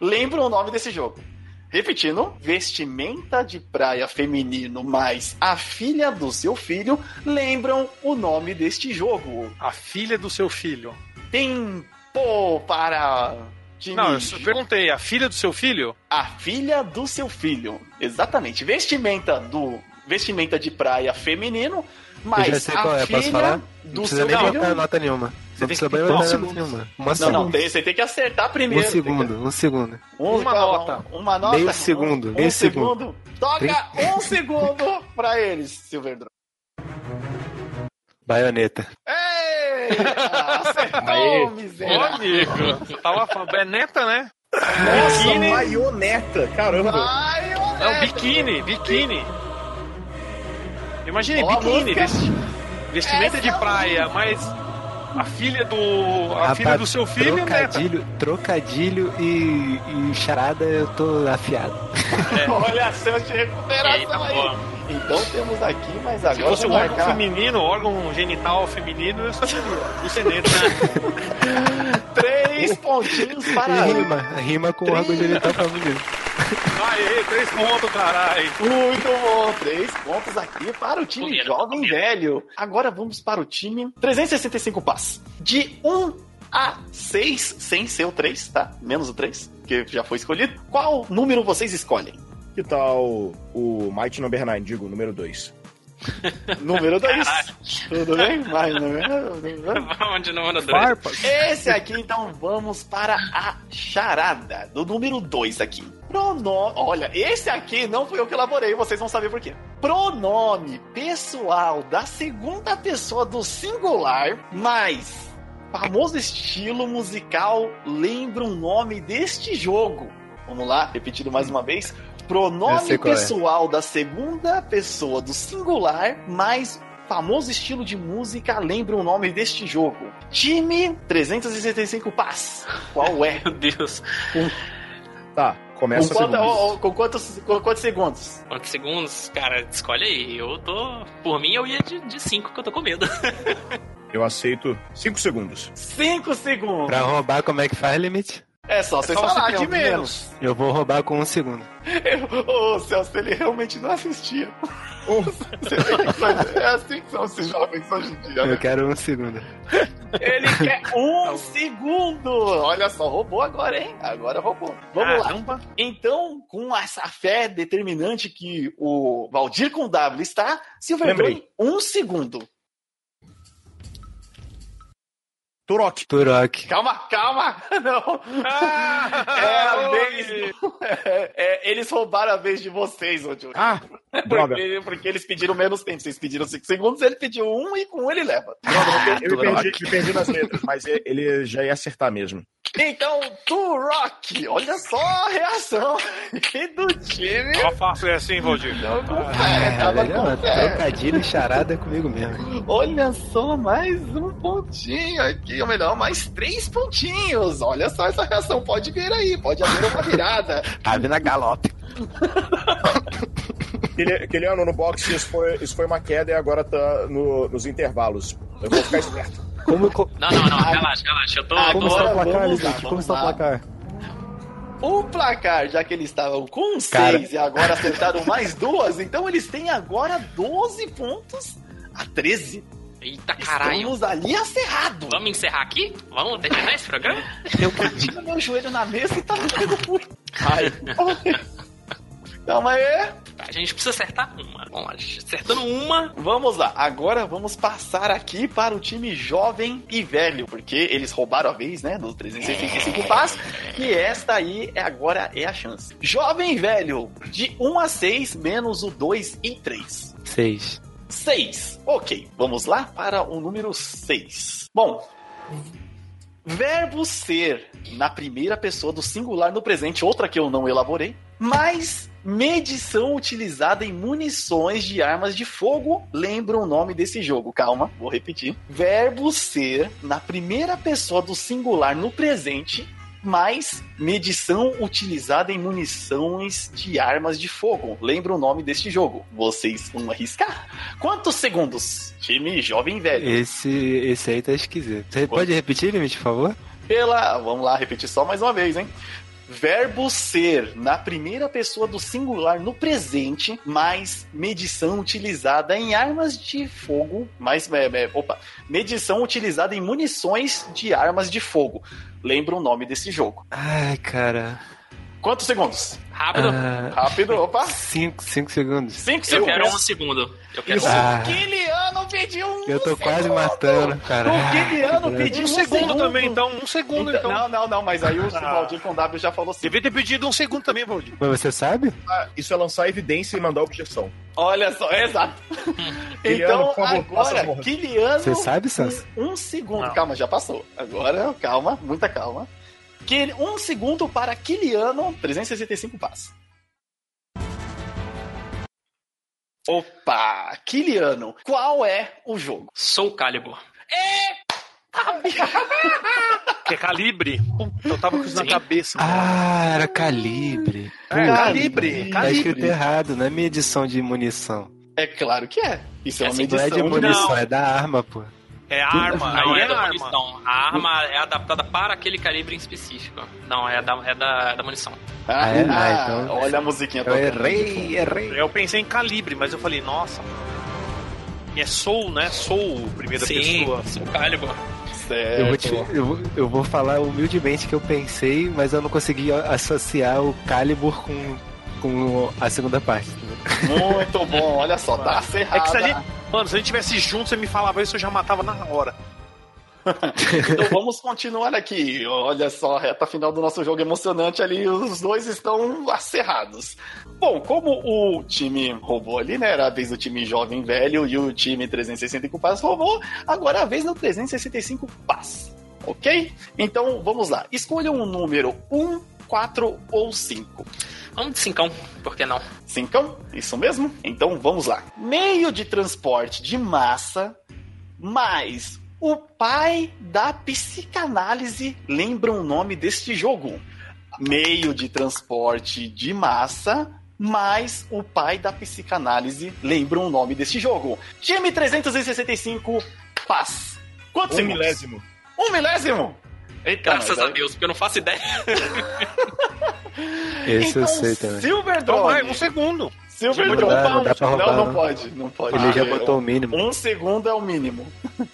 S1: lembra o nome desse jogo. Repetindo, vestimenta de praia feminino, mas a filha do seu filho lembram o nome deste jogo.
S2: A filha do seu filho.
S1: Tempo para time.
S2: Não, eu só perguntei. A filha do seu filho?
S1: A filha do seu filho. Exatamente. Vestimenta do vestimenta de praia feminino, mas
S6: Eu já sei
S1: a
S6: qual é,
S1: filha
S6: posso falar? Não
S1: do
S6: precisa
S1: seu
S6: nem
S1: filho.
S6: botar nota nenhuma. Não precisa nem botar nota nenhuma. Uma
S1: Não, não,
S6: segunda.
S1: tem, você tem que acertar
S6: Um
S1: primeiro. tem que-
S6: segundo, um segundo.
S1: Um-
S2: Uma nota.
S1: Uma nota.
S6: Meio segundo,
S1: Um,
S6: meio
S1: segundo. Toca um segundo pra eles, Silverdrone.
S6: Baioneta.
S1: Ei!
S2: é
S1: Acertou,
S5: Aê.
S2: Ô,
S1: miséria.
S2: amigo. Eu tava falando. É neta, né?
S4: Nossa,
S2: Biquíni.
S4: maioneta!
S5: Ah.
S4: Caramba!
S1: Vai,
S2: É um
S1: Roberto.
S2: biquíni, biquíni. Imagina,
S1: Ó, a
S2: biquíni,
S1: música.
S2: vesti- vestimenta
S1: Essa
S2: de
S1: é a
S2: praia, mas A filha do.
S1: É
S2: A filha
S6: Rapaz,
S2: do seu filho, né?
S6: trocadilho, Trocadilho e, e charada, eu tô afiado.
S1: Olha a chance de
S5: Eita,
S1: recuperação aí.
S5: porra.
S1: Então temos aqui, mas
S2: tá Se
S1: agora
S2: fosse um
S1: vamos
S2: órgão
S1: marcar
S2: feminino, órgão genital feminino, eu sou do Seneto, né?
S1: três pontinhos para
S6: E
S1: a
S6: rima, rima com órgão genital feminino.
S2: Aê, três pontos, caralho.
S1: Muito bom, três pontos aqui para o time
S5: Comendo,
S1: jovem
S5: comendo.
S1: velho. Agora vamos para o time 365 pás. De 1 a 6, sem ser o 3, tá? Menos o 3, que já foi escolhido. Qual número vocês escolhem?
S4: Que tal o Might Number 9, digo, número 2?
S1: Número 2.
S5: Caralho.
S1: Tudo bem? Mais número.
S5: Vamos de novo no 2.
S6: Farpa.
S1: Esse aqui, então, vamos para a charada do número 2 aqui. Pronome. Olha, esse aqui não fui eu que elaborei, vocês vão saber por quê. Pronome pessoal da segunda pessoa do singular, mais famoso estilo musical lembra o nome deste jogo. Vamos lá, repetido mais uma vez.
S6: Eu
S1: Pronome
S6: sei qual é.
S1: pessoal da segunda pessoa do singular, mais famoso estilo de música lembra o nome deste jogo. Time 365 Paz. Qual
S6: <laughs>
S1: é?
S5: Meu Deus.
S4: Tá,
S1: com,
S4: começa a
S1: quanta-
S4: segunda.
S1: ó, ó, com quantos, com quantos segundos?
S5: Quantos segundos? Cara, escolhe aí. Eu tô. Por mim, eu ia de 5, que eu tô com medo. <laughs>
S4: Eu aceito 5 segundos.
S1: 5 segundos.
S6: Pra roubar, como é que faz limite?
S1: É só vocês
S2: só você
S1: falar
S2: ter
S1: de
S2: alguém
S1: menos.
S6: Eu vou roubar com um segundo.
S1: Ô, Celso, ele realmente não assistia. <laughs> Você vê que coisa- é assim que são esses jovens hoje em dia, né?
S6: Eu quero um segundo.
S1: Ele quer um segundo. Olha só, roubou agora, hein? Agora roubou. Vamos lá.
S2: Caramba.
S1: Então, com essa fé determinante que o Valdir com W está, Silverton,
S4: Lembrei.
S1: um segundo.
S4: Turok.
S6: Turok.
S1: Calma, calma. <laughs> Não.
S4: Ah,
S1: É a vez. do- <laughs> É, é, eles roubaram a vez de vocês, ô Júlio.
S4: Ah, droga.
S1: Porque, porque eles pediram menos tempo. Vocês pediram 5 segundos, ele pediu um e com um ele leva.
S5: Ah,
S4: Eu me perdi, me perdi nas letras, mas e- ele já ia acertar mesmo.
S1: Então, Turok, olha só a reação <laughs> aí do time.
S2: Só faço é assim, Valdir.
S1: Não, com
S6: É,
S1: fé, tava
S6: Melhor,
S1: com fé.
S6: Trocadilho e charada é comigo mesmo.
S1: Olha só, mais um pontinho aqui, ou melhor, mais três pontinhos. Olha só essa reação, pode vir aí, pode haver uma virada.
S6: Tá vindo a galope.
S4: Aquele, aquele ano no boxe, isso foi, isso foi uma queda e agora tá no- nos intervalos. Eu vou ficar esperto.
S3: Como, co-
S5: Não, não, não. Relaxa, relaxa. Eu tô.
S1: Ah,
S3: como
S5: tô...
S3: está o
S1: Agora
S3: placar,
S1: vamos lá,
S3: Lizete? Como
S1: vamos
S3: está o
S1: lá.
S3: placar?
S1: O placar, já que eles estavam com
S6: Cara.
S1: 6 e agora acertaram mais duas, então eles têm agora 12 pontos a 13.
S5: Eita caralho.
S1: Estamos ali acerrado.
S5: Vamos encerrar aqui? Vamos terminar esse programa?
S1: Eu bati meu joelho na mesa e tá ficando muito. <laughs> Ai. Calma aí.
S5: A gente precisa acertar uma. Bom, a gente acertando uma.
S1: Vamos lá. Agora vamos passar aqui para o time jovem e velho, porque eles roubaram a vez, né, do 365 Paz, e esta aí é agora é a chance. Jovem e velho, de 1 a 6 menos o 2 e 3.
S6: Seis.
S1: 6. Ok, vamos lá para o número 6. Bom, verbo ser na primeira pessoa do singular no presente, outra que eu não elaborei, mas medição utilizada em munições de armas de fogo, lembra o nome desse jogo. Calma, vou repetir. Verbo ser na primeira pessoa do singular no presente, mais medição utilizada em munições de armas de fogo. Lembra o nome deste jogo? Vocês vão arriscar? Quantos segundos? Time jovem e velho.
S6: Esse, esse aí tá esquisito. Você pode repetir, limite, por favor?
S1: Pela, vamos lá, repetir só mais uma vez, hein? Verbo ser na primeira pessoa do singular no presente, mais medição utilizada em armas de fogo, mais é, é, opa, medição utilizada em munições de armas de fogo. Lembra o nome desse jogo?
S6: Ai, cara.
S1: Quantos segundos?
S5: Rápido.
S6: Ah,
S1: Rápido, opa.
S6: cinco, cinco segundos.
S1: Cinco
S5: eu
S1: segundos.
S5: quero um segundo. Eu quero
S1: Isso.
S5: um
S6: Ah.
S1: O Kiliano pediu um
S6: Eu tô quase
S1: segundo.
S6: matando, cara.
S1: O Kiliano
S6: Ah,
S1: pediu
S2: Um segundo também, então. Um segundo,
S1: Então,
S2: então.
S1: Não, não, não, mas aí o
S2: Ah.
S1: Valdir com W já falou assim.
S2: Devia ter pedido um segundo também, Valdir.
S6: Mas você sabe?
S4: Ah, Isso é lançar evidência e mandar objeção.
S1: Olha só, é
S2: <laughs>
S1: exato.
S4: Kiliano,
S1: então,
S4: por favor, passa a
S1: agora,
S4: borra.
S1: Kiliano.
S6: Você sabe, Sans?
S1: Um, um segundo.
S2: Não.
S1: Calma, já passou. Agora, calma, muita calma. Que, um segundo para Kiliano, 365 passos. Opa, Kiliano, qual é o jogo?
S5: Sou Calibur.
S1: É! Tá
S2: Que é calibre. Puta, eu tava com isso na
S5: Sim.
S2: cabeça.
S6: Ah, era calibre.
S2: É, calibre,
S1: calibre.
S6: Tá escrito
S2: calibre.
S6: errado, não é medição de munição.
S1: É claro que é. Isso é,
S5: É
S1: uma
S5: assim,
S6: Não é de
S1: medição. de-
S6: munição, é da arma, pô.
S2: É arma,
S5: Não
S2: aí
S5: é,
S2: é
S5: da
S2: arma.
S5: munição. A arma é adaptada para aquele calibre em específico. Não, é da, é da, da munição.
S1: Ah,
S6: Ah, é?
S1: ah,
S6: Ah, então-
S1: Olha a musiquinha.
S6: Eu
S1: tocando.
S6: errei, errei.
S2: Eu pensei em calibre, mas eu falei, nossa. E é Soul, né? Soul, primeira pessoa.
S5: Soul Calibur.
S3: É,
S1: Certo.
S6: Eu vou, te- eu vou- eu vou falar humildemente que eu pensei, mas eu não consegui associar o Calibur com, com a segunda parte.
S1: Muito bom, olha só, tá
S2: É que
S1: acerrado.
S2: se a gente. Mano, se a gente tivesse junto, você me falava isso, eu já matava na hora.
S1: Então vamos continuar aqui. Olha só, a reta final do nosso jogo emocionante ali, os dois estão acerrados. Bom, como o time roubou ali, né? Era a vez do time jovem velho e o time 365 Paz roubou, agora é a vez do 365 Paz. Ok? Então vamos lá. Escolha um número 1, 4 ou 5.
S5: Vamos de cincão, por que não?
S1: Cincão? Isso mesmo? Então vamos lá. Meio de transporte de massa mais o pai da psicanálise lembra o nome deste jogo. Meio de transporte de massa mais o pai da psicanálise lembra o nome deste jogo. Time 365, paz. Quantos
S4: Um
S1: segundos?
S4: milésimo.
S1: Um milésimo? Eita,
S5: Graças
S1: mas
S5: a
S1: é-
S5: Deus, porque eu não faço
S1: <laughs>
S5: ideia.
S6: Esse
S1: então,
S6: eu sei também.
S1: Silver
S2: Então vai,
S1: Drone.
S2: um segundo.
S1: Silver
S6: Não
S1: Drone.
S6: dá, não dá pra roubar, né?
S1: não, não
S6: não.
S1: pode. Não pode.
S6: Ele já
S1: Ah, eu-
S6: botou o mínimo.
S1: Um segundo é o mínimo.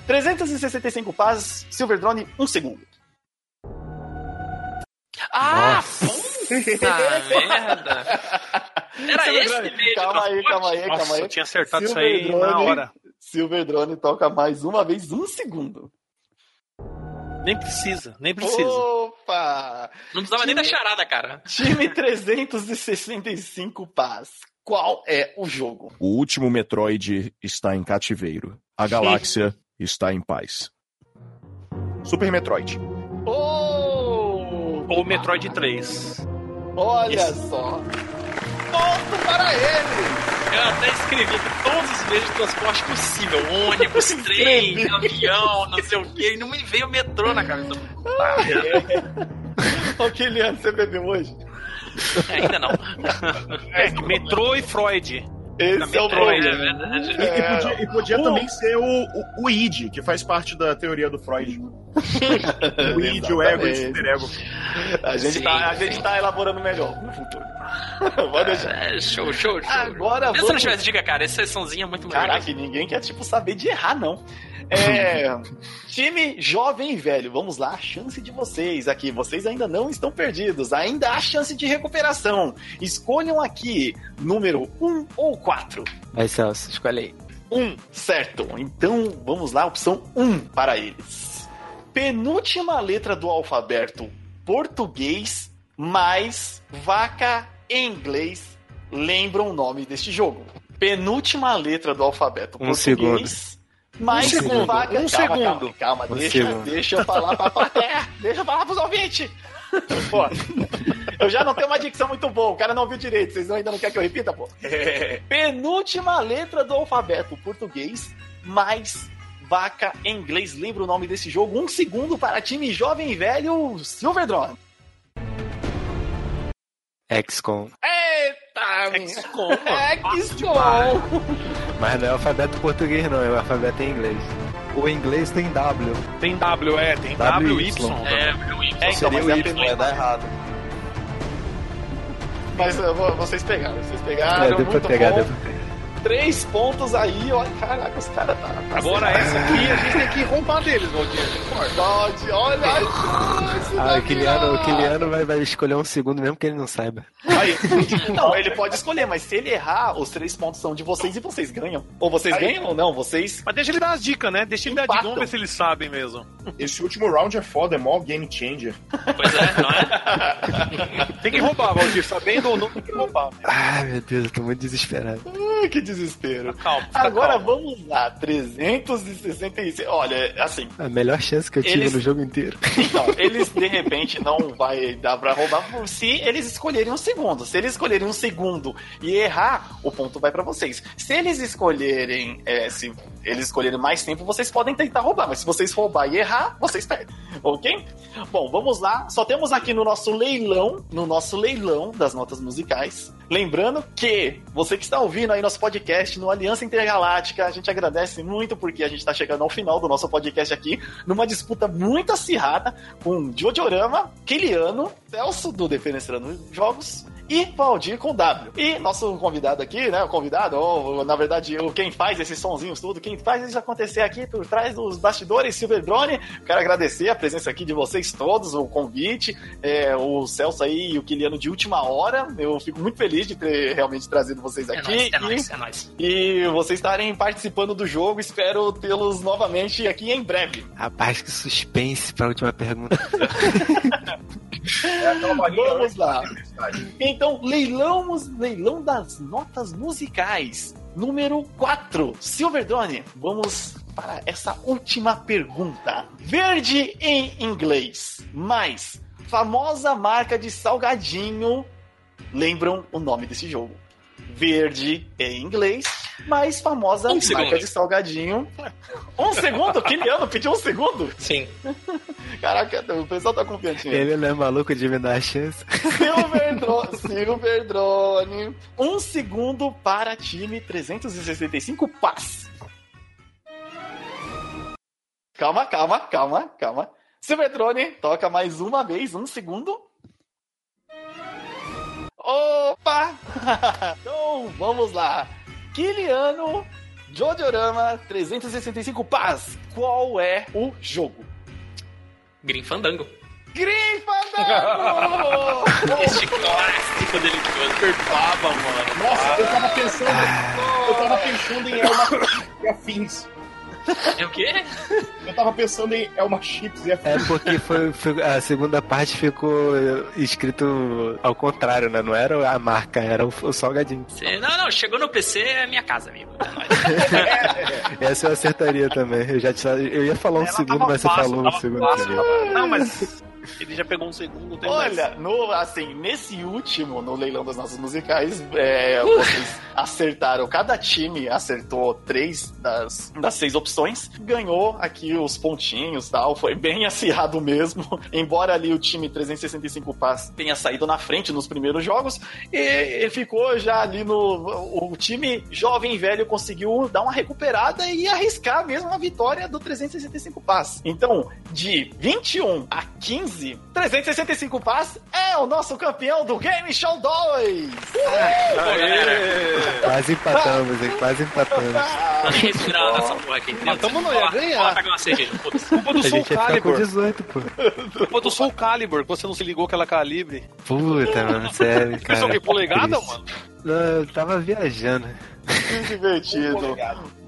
S1: 365 pazes, Silver Drone, um segundo.
S5: Ah,
S6: Nossa.
S1: <laughs>
S5: puta merda. Era
S1: Silver
S5: esse
S1: Drone,
S5: meio de
S1: é Calma aí,
S5: transporte?
S1: calma aí, calma
S2: Nossa, eu
S1: aí.
S2: tinha acertado isso
S1: Silver
S2: aí na
S1: Drone.
S2: hora.
S1: Silver Drone toca mais uma vez, um segundo.
S2: Nem precisa, nem precisa.
S1: Opa!
S5: Não precisava nem da charada, cara.
S1: Time 365 paz. Qual é o jogo?
S4: O último Metroid está em cativeiro. A galáxia está em paz. Super Metroid.
S1: Oh!
S2: Ou Metroid 3.
S1: Olha
S2: Esse-
S1: só! Ponto para ele!
S5: Eu até escrevi todos os meios de transporte possível. Ônibus, trem, avião, não sei o quê. E não me veio metrô
S1: <laughs>
S5: na cabeça.
S1: Ô, Kilian, você bebeu hoje?
S5: Ainda não.
S2: É, metrô e Freud.
S1: Esse é o
S5: É
S1: problema.
S5: verdade.
S4: E, e
S1: É,
S4: podia, e podia
S1: O-
S4: também ser o, o, o id, que faz parte da teoria do Freud. O id, o ego e o
S1: exatamente.
S4: super ego.
S1: A gente,
S5: Sim.
S1: tá, a gente tá elaborando melhor no
S5: <laughs>
S1: futuro. Pode deixar.
S5: É, show, show, show.
S1: Agora
S5: Mesmo se eu não
S1: vamos...
S5: tivesse dica, cara, essa sessãozinha é muito melhor.
S1: Caraca, e ninguém quer, tipo, saber de errar, não. É...
S5: <laughs>
S1: time jovem e velho, vamos lá, a chance de vocês aqui. Vocês ainda não estão perdidos, ainda há chance de recuperação. Escolham aqui, número 1 ou 4.
S6: Vai, Celso, escolhe aí.
S1: 1, certo. Então, vamos lá, opção 1 para eles. Penúltima letra do alfabeto português mais vaca em inglês lembram o nome deste jogo. Penúltima letra do alfabeto
S6: Um
S1: português mais
S6: Um segundo,
S1: vaca...
S2: um
S1: calma,
S2: segundo.
S1: Calma, calma
S6: Um
S1: deixa,
S6: segundo.
S1: deixa eu falar pra plateia. Deixa eu falar pros ouvintes. Pô, eu já não tenho uma dicção muito boa, o cara não ouviu direito. Vocês ainda não querem que eu repita,
S6: <laughs>
S1: pô? Penúltima letra do alfabeto português, mais vaca em inglês. Lembra o nome desse jogo? Um segundo para time jovem e velho Silver Drone.
S6: XCOM.
S2: É
S1: Eita!
S2: XCOM,
S1: <laughs> XCOM!
S6: Mas não é alfabeto português, não, é o alfabeto em inglês.
S3: O inglês tem W.
S2: Tem W, é, tem W,
S3: W,
S2: Y. né?
S3: Y.
S5: É, eu ia-
S1: É, então,
S3: Seria
S1: mas
S3: o
S1: é a
S3: Y, vai
S1: penúltima.
S3: dar errado.
S1: Mas eu vou- vocês pegaram, vocês
S6: É,
S1: pegaram.
S6: deu pra
S1: muito
S6: pegar,
S1: bom.
S6: deu pra pegar.
S1: Três pontos aí, ó. Caraca, os caras tá, tá
S2: Agora essa aqui a gente tem que roubar deles, Valdir.
S1: Maldade, olha a chance
S6: Ah,
S1: da
S6: o Kiliano, o
S1: virada.
S6: Kiliano vai, vai escolher um segundo mesmo que ele não saiba.
S1: Aí. Não, Então, ele pode escolher, mas se ele errar, os três pontos são de vocês e vocês ganham. Ou vocês
S4: Aí.
S1: ganham ou não, vocês.
S2: Mas deixa ele dar as dicas, né? Deixa ele dar dicas,
S1: Empatam.
S2: vamos ver se eles sabem mesmo.
S6: Um
S4: Esse último round é foda, é mó game changer.
S5: Pois é, não é?
S2: Tem que roubar, Valdir, sabendo ou não, tem que roubar.
S6: Ah, meu Deus, eu tô muito desesperado.
S1: Ai, que desespero.
S2: Calma, tá
S1: Agora
S2: calmo.
S1: vamos lá, 366. Olha, assim,
S6: A melhor chance que eu tive
S1: Eles-
S6: no jogo inteiro.
S1: então, eles de repente não vai dar pra roubar se eles escolherem um segundo. Se eles escolherem um segundo e errar, o ponto vai pra vocês. Se eles escolherem, é, se eles escolherem mais tempo, vocês podem tentar roubar, mas se vocês roubar e errar, vocês perdem, ok? Bom, vamos lá. Só temos aqui no nosso leilão, no nosso leilão das notas musicais. Lembrando que você que está ouvindo aí nosso podcast no Aliança Intergaláctica, a gente agradece muito porque a gente está chegando ao final do nosso podcast aqui numa disputa muito acirrada com Jojorama, Kiliano, Celso do Defenestrando Jogos e Valdir com W. E nosso convidado aqui, né, o convidado, ou na verdade, o quem faz esses sonzinhos tudo, quem faz isso acontecer aqui por trás dos bastidores, Silver Drone, quero agradecer a presença aqui de vocês todos, o convite, é, o Celso aí e o Kiliano de última hora, eu fico muito feliz de ter realmente trazido vocês
S5: É
S1: aqui.
S5: nóis, é
S1: E-
S5: nóis, é nóis.
S1: e vocês estarem participando do jogo, espero tê-los novamente aqui em breve.
S6: Rapaz, que suspense pra última pergunta.
S4: É
S1: Então,
S4: aquela bolinha
S1: Vamos lá.
S4: antes.
S1: Então, leilão, mus- leilão das notas musicais. Número 4, Silverdrone. Vamos para essa última pergunta. Verde em inglês, mais famosa marca de salgadinho. Lembram o nome desse jogo? Verde em inglês, mais famosa
S5: Um
S1: marca
S5: segundo.
S1: de salgadinho. Um segundo? Kiliano pediu um segundo?
S5: Sim.
S1: <laughs> Caraca, o pessoal tá confiante. nele.
S6: Ele não é maluco de me dar a chance.
S1: Silverdrone, Silverdrone. Um segundo para time 365 paz. Calma, calma, calma, calma. Silverdrone, toca mais uma vez, um segundo. Opa! <laughs> então vamos lá. Kiliano, Jojorama, 365 paz. Qual é o jogo?
S5: Green Fandango.
S1: Grifandango! <laughs>
S5: Este clássico delicioso.
S2: Perturbava, mano.
S4: Nossa, eu tava pensando. Eu tava pensando em Elma Chips e afins.
S5: É o quê?
S4: Eu tava pensando em Elma Chips e afins.
S6: É porque foi, foi- a segunda parte ficou escrito ao contrário, né? Não era a marca, era o, o salgadinho.
S5: Cê- Não, não, chegou no PC, é minha casa, amigo. É nóis.
S6: Essa eu acertaria também. Eu, já te- eu ia falar um
S2: Ela
S6: segundo,
S2: tava
S6: mas você
S2: fácil,
S6: falou um
S2: tava
S6: segundo.
S2: fácil,
S6: entendeu?
S2: tava- Não, mas ele já pegou um segundo. Tem
S1: Olha, no, assim, nesse último, no leilão das nossas musicais, é, vocês acertaram, cada time acertou três das, das seis opções, ganhou aqui os pontinhos tal, foi bem <laughs> acirrado mesmo, embora ali o time 365 Paz tenha saído na frente nos primeiros jogos, e, e ficou já ali no. O time jovem e velho conseguiu dar uma recuperada e arriscar mesmo a vitória do 365 Paz. Então, de 21 a 15, 365 Paz é o nosso campeão do Game Show 2!
S2: mais. Aê!
S6: Quase empatamos, hein? Quase empatamos.
S5: Tô nem respirando essa porra aqui. Deus,
S2: tamo não, ia
S5: bora-
S2: ganhar.
S5: bora pegar uma cerveja, foda-se.
S2: Culpa do
S6: A
S2: Soul
S6: gente ia ficar com
S2: Calibur.
S6: 18, pô.
S2: Culpa do Soul Calibur. que Você não se ligou que ela é calibre.
S6: Puta, mano, sério, cara.
S2: Pensou que polegada,
S6: Triste.
S2: mano?
S6: Não, eu tava viajando.
S1: Que divertido.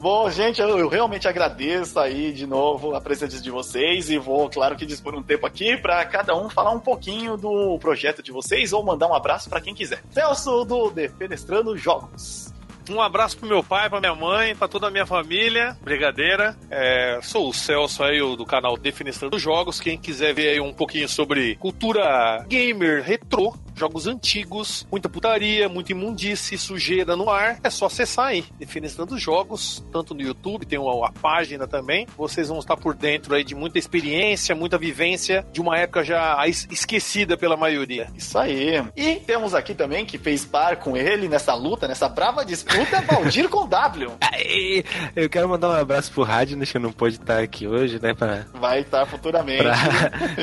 S1: Bom, gente, eu, eu realmente agradeço aí de novo a presença de vocês e vou, claro, que dispor um tempo aqui para cada um falar um pouquinho do projeto de vocês ou mandar um abraço para quem quiser. Celso do Defenestrando Jogos.
S2: Um abraço pro meu pai, pra minha mãe, pra toda a minha família. Brigadeira. É, sou o Celso aí o do canal Defenestrando Jogos. Quem quiser ver aí um pouquinho sobre cultura gamer retrô, jogos antigos, muita putaria, muita imundice, sujeira no ar, é só acessar aí. Defenestrando Jogos, tanto no YouTube, tem uma, uma página também. Vocês vão estar por dentro aí de muita experiência, muita vivência de uma época já es- esquecida pela maioria.
S1: Isso aí. E temos aqui também que fez par com ele nessa luta, nessa brava disputa, <laughs> Valdir com W.
S6: Aí, eu quero mandar um abraço pro Radnes, que não pôde estar aqui hoje, né? Pra,
S1: Vai estar futuramente.
S6: pra, <laughs>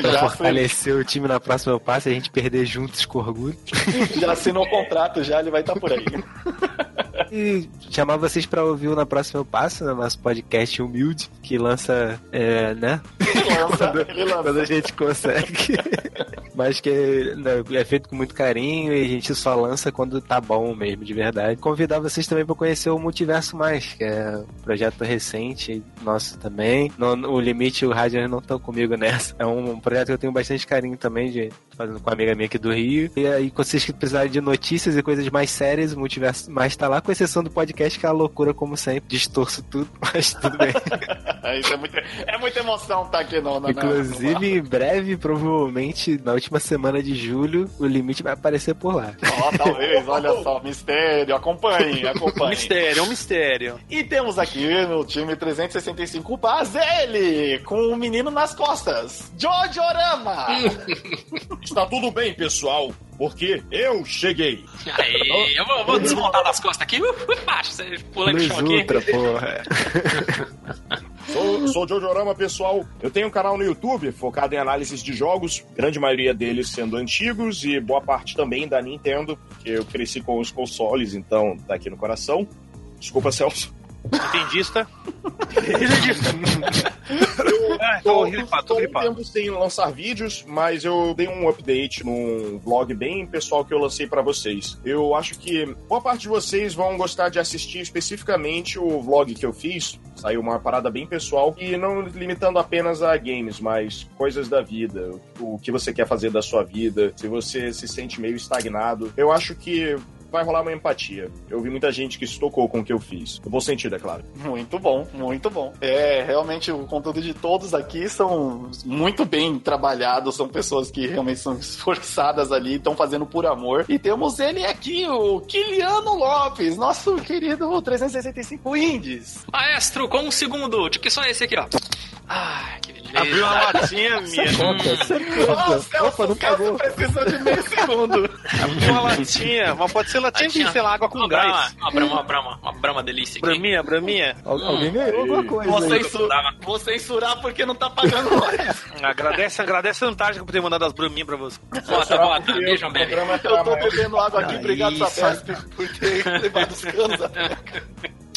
S1: <laughs>
S6: pra
S1: Já, assinou,
S6: fortalecer o time na próxima passe e a gente perder juntos com orgulho.
S1: já assinou o contrato, já ele vai estar
S6: <laughs>
S1: por aí.
S6: E chamar vocês pra ouvir o Na Próxima Passo, né, nosso podcast humilde, que lança, é, né?
S1: Ele lança, <laughs> ele
S6: Quando
S1: lança.
S6: a gente consegue. <laughs> Mas que né, é feito com muito carinho e a gente só lança quando tá bom mesmo, de verdade. Convidar vocês também pra conhecer o Multiverso Mais, que é um projeto recente nosso também. No, no- o Limite e o Rádio não estão comigo nessa. É um, projeto que eu tenho bastante carinho também, de fazendo com uma amiga minha aqui do Rio. E aí, vocês que precisarem de notícias e coisas mais sérias, o Multiverso Mais tá lá com exceção do podcast, que é a loucura, como sempre. Distorço tudo, <laughs> mas tudo bem.
S1: Isso é, muita, é muita emoção tá aqui não, não
S6: Inclusive, em breve, provavelmente, na última semana de julho, o limite vai aparecer por lá.
S1: Ó, talvez, olha
S6: <laughs>
S1: só, mistério, acompanhe, acompanhe.
S2: Mistério, é um mistério.
S1: E temos aqui no time 365 Bazelli, com o um menino nas costas, Jojo Rama.
S6: <laughs>
S4: Está tudo bem, pessoal, porque eu cheguei.
S5: Aí, eu vou, vou desmontar das costas aqui, uh, uh, baixo, você pula no
S6: Luiz
S5: chão aqui.
S6: Ultra, porra.
S4: Sou, sou Jojorama, pessoal. Eu tenho um canal no YouTube focado em análises de jogos, grande maioria deles sendo antigos e boa parte também da Nintendo, porque eu cresci com os consoles, então tá aqui no coração. Desculpa, Celso.
S2: Entendista. Ah, tô
S4: Tô,
S2: gripado, tô
S4: tô um
S2: gripado.
S4: tempo sem lançar vídeos, mas eu dei um update num blog bem pessoal que eu lancei pra vocês. Eu acho que boa parte de vocês vão gostar de assistir especificamente o vlog que eu fiz. Saiu uma parada bem pessoal e não limitando apenas a games, mas coisas da vida, o que você quer fazer da sua vida, se você se sente meio estagnado. Eu acho que vai rolar uma empatia. Eu vi muita gente que se tocou com o que eu fiz. Eu vou sentir, é claro.
S1: Muito bom, muito bom. É, realmente o conteúdo de todos aqui são muito bem trabalhados, são pessoas que realmente são esforçadas ali, estão fazendo por amor. E temos ele aqui, o Kiliano Lopes, nosso querido 365 Indies.
S5: Maestro, com um segundo. Tipo que só esse aqui, ó. Ah, que Hum, beleza.
S2: Abriu uma latinha, minha.
S1: Nossa, é um Opa, não Celso precisou de <laughs> meio segundo.
S2: Abriu uma latinha. Mas pode ser latinha de, sei lá, água com
S5: uma
S2: gás.
S5: Brahma, uma brama, uma brama, uma brama delícia aqui.
S2: Braminha, braminha.
S6: Al- alguém ganhou alguma coisa.
S1: Vou,
S6: aí.
S1: censu- vou censurar porque não tá pagando mais.
S2: Agradece, agradece a Antártica por ter mandado as braminhas pra você.
S5: Bota, bota, beijam, bebe.
S1: Eu tô bebendo água aqui, obrigado,
S6: Isso.
S1: Sapesp, por ter levado os canos até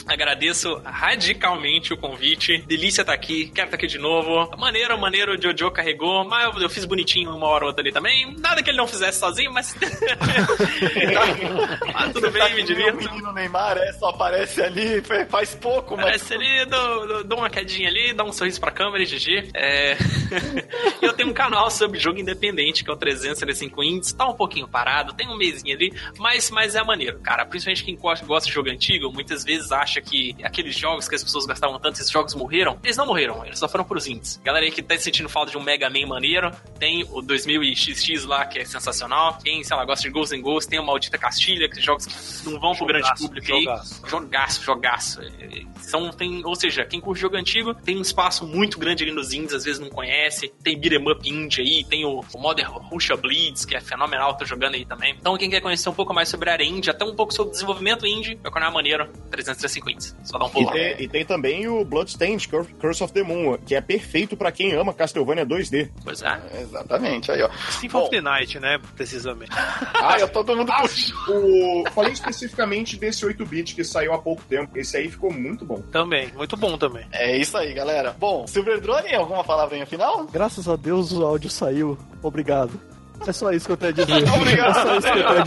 S5: Agradeço radicalmente o convite. Delícia tá aqui, quero tá aqui de novo. Maneiro, maneiro, o Jojo carregou, mas eu, eu fiz bonitinho uma hora ou outra ali também. Nada que ele não fizesse sozinho, mas. <laughs> Tá- mas tudo bem, me
S1: O
S5: divirto.
S1: menino Neymar é, só aparece ali, fe- faz pouco, mas.
S5: Parece ali, dou, dou- dou uma quedinha ali, dá um sorriso pra câmera e GG. É... <laughs> eu tenho um canal sobre jogo independente, que é o 365 Indies. Tá um pouquinho parado, tem um mesinho ali, mas, mas é maneiro, cara. Principalmente quem gosta gosta de jogo antigo, muitas vezes acha que aqueles jogos que as pessoas gastavam tanto, esses jogos morreram. Eles não morreram, eles só foram pros indies. Galera aí que tá sentindo falta de um Mega Man maneiro, tem o 2000XX lá, que é sensacional. Quem, sei lá, gosta de Ghosts and Ghosts, tem o Maldita Castilha, que jogos que não vão pro grande
S2: Jogaço,
S5: público aí.
S2: jogaço.
S5: Jogaço, jogaço. É, São, tem, ou seja, quem curte jogo antigo tem um espaço muito grande ali nos indies, às vezes não conhece. Tem beat'em up indie aí, tem o, o Modern Russia Bleeds, que é fenomenal, tô jogando aí também. Então, quem quer conhecer um pouco mais sobre a área indie, até um pouco sobre desenvolvimento indie, vai canal é maneiro, 350. Só dá um
S4: E
S5: pulo lá.
S4: tem, e tem também o Bloodstained Cur- Curse of the Moon, que é perfeito pra quem ama Castlevania 2D.
S5: Pois é.
S1: Exatamente, aí, ó.
S2: Symphony of the Night, né? Precisamente.
S1: <laughs> Ah, eu todo mundo puxando.
S4: O... Falei especificamente desse 8-bit que saiu há pouco tempo. Esse aí ficou muito bom.
S2: Também, muito bom também.
S1: É isso aí, galera. Bom, Silver Drone, alguma palavrinha final?
S3: Graças a Deus o áudio saiu. Obrigado. É só isso que eu tenho a dizer.
S1: Obrigado.
S3: É só isso que eu tenho a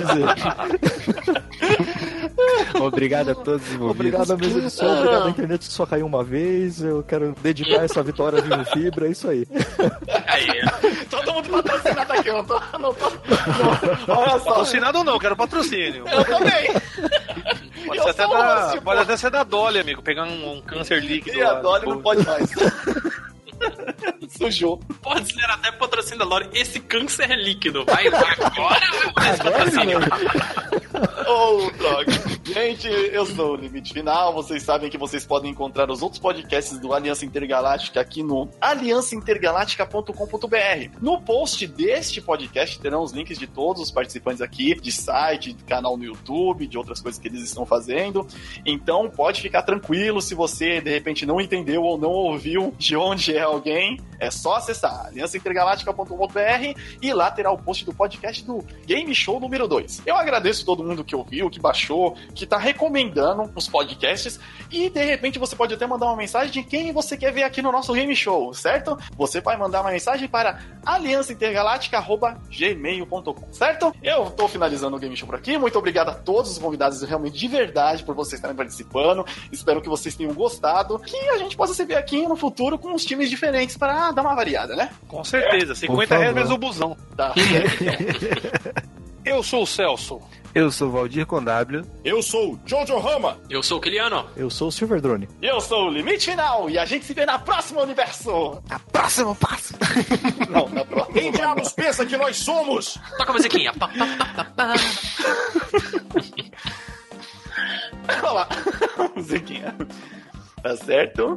S3: dizer.
S6: Obrigado a todos os envolvidos.
S3: Obrigado à mesa de som, obrigado à internet que só caiu uma vez. Eu quero dedicar essa vitória à Vivo Fibra, é isso aí.
S5: Aí,
S1: Todo mundo patrocinado aqui, eu não tô. Não tô não. Olha só.
S2: Patrocinado ou não, quero patrocínio.
S1: Eu também. <laughs>
S2: Pode,
S1: eu
S2: ser até,
S1: sou o
S2: da,
S1: Lúcio,
S2: pode
S1: pô.
S2: até ser da Dolly, amigo. Pegar um, um câncer líquido.
S1: E a
S2: lá,
S1: Dolly
S2: pô.
S1: não pode mais. <laughs> Sujou.
S5: pode ser até patrocínio da Lore. Esse câncer é líquido vai vai agora, vai rolar esse patrocínio.
S1: Oh, droga. Gente, eu sou o Limite Final. Vocês sabem que vocês podem encontrar os outros podcasts do Aliança Intergaláctica aqui no aliançaintergaláctica.com.br. No post deste podcast terão os links de todos os participantes aqui, de site, de canal no YouTube, de outras coisas que eles estão fazendo. Então pode ficar tranquilo se você de repente não entendeu ou não ouviu de onde é alguém. É só acessar aliançaintergaláctica.com.br e lá terá o post do podcast do Game Show número 2. Eu agradeço todo mundo que ouviu, que baixou, que tá recomendando os podcasts e de repente você pode até mandar uma mensagem de quem você quer ver aqui no nosso Game Show, certo? Você vai mandar uma mensagem para aliançaintergaláctica.gmail.com, certo? Eu tô finalizando o Game Show por aqui. Muito obrigado a todos os convidados, realmente de verdade, por vocês estarem participando. Espero que vocês tenham gostado. Que a gente possa se ver aqui no futuro com os times diferentes para dar uma variada, né?
S2: Com certeza, 50 reais
S6: favor.
S2: mesmo o busão.
S1: Tá.
S2: um Eu sou o Celso.
S6: Eu sou o Valdir com W.
S4: Eu sou o Jojo Rama.
S5: Eu sou o Kiliano.
S3: Eu sou o Silver Drone.
S1: E eu sou o Limite Final e a gente se vê na próxima universo.
S6: A próxima passo.
S1: Não, na próxima.
S4: Quem diabos pensa que nós somos?
S5: Toca a musiquinha. Pá, pá, pá, pá, pá.
S1: <laughs> Olha lá. Musiquinha. Tá certo?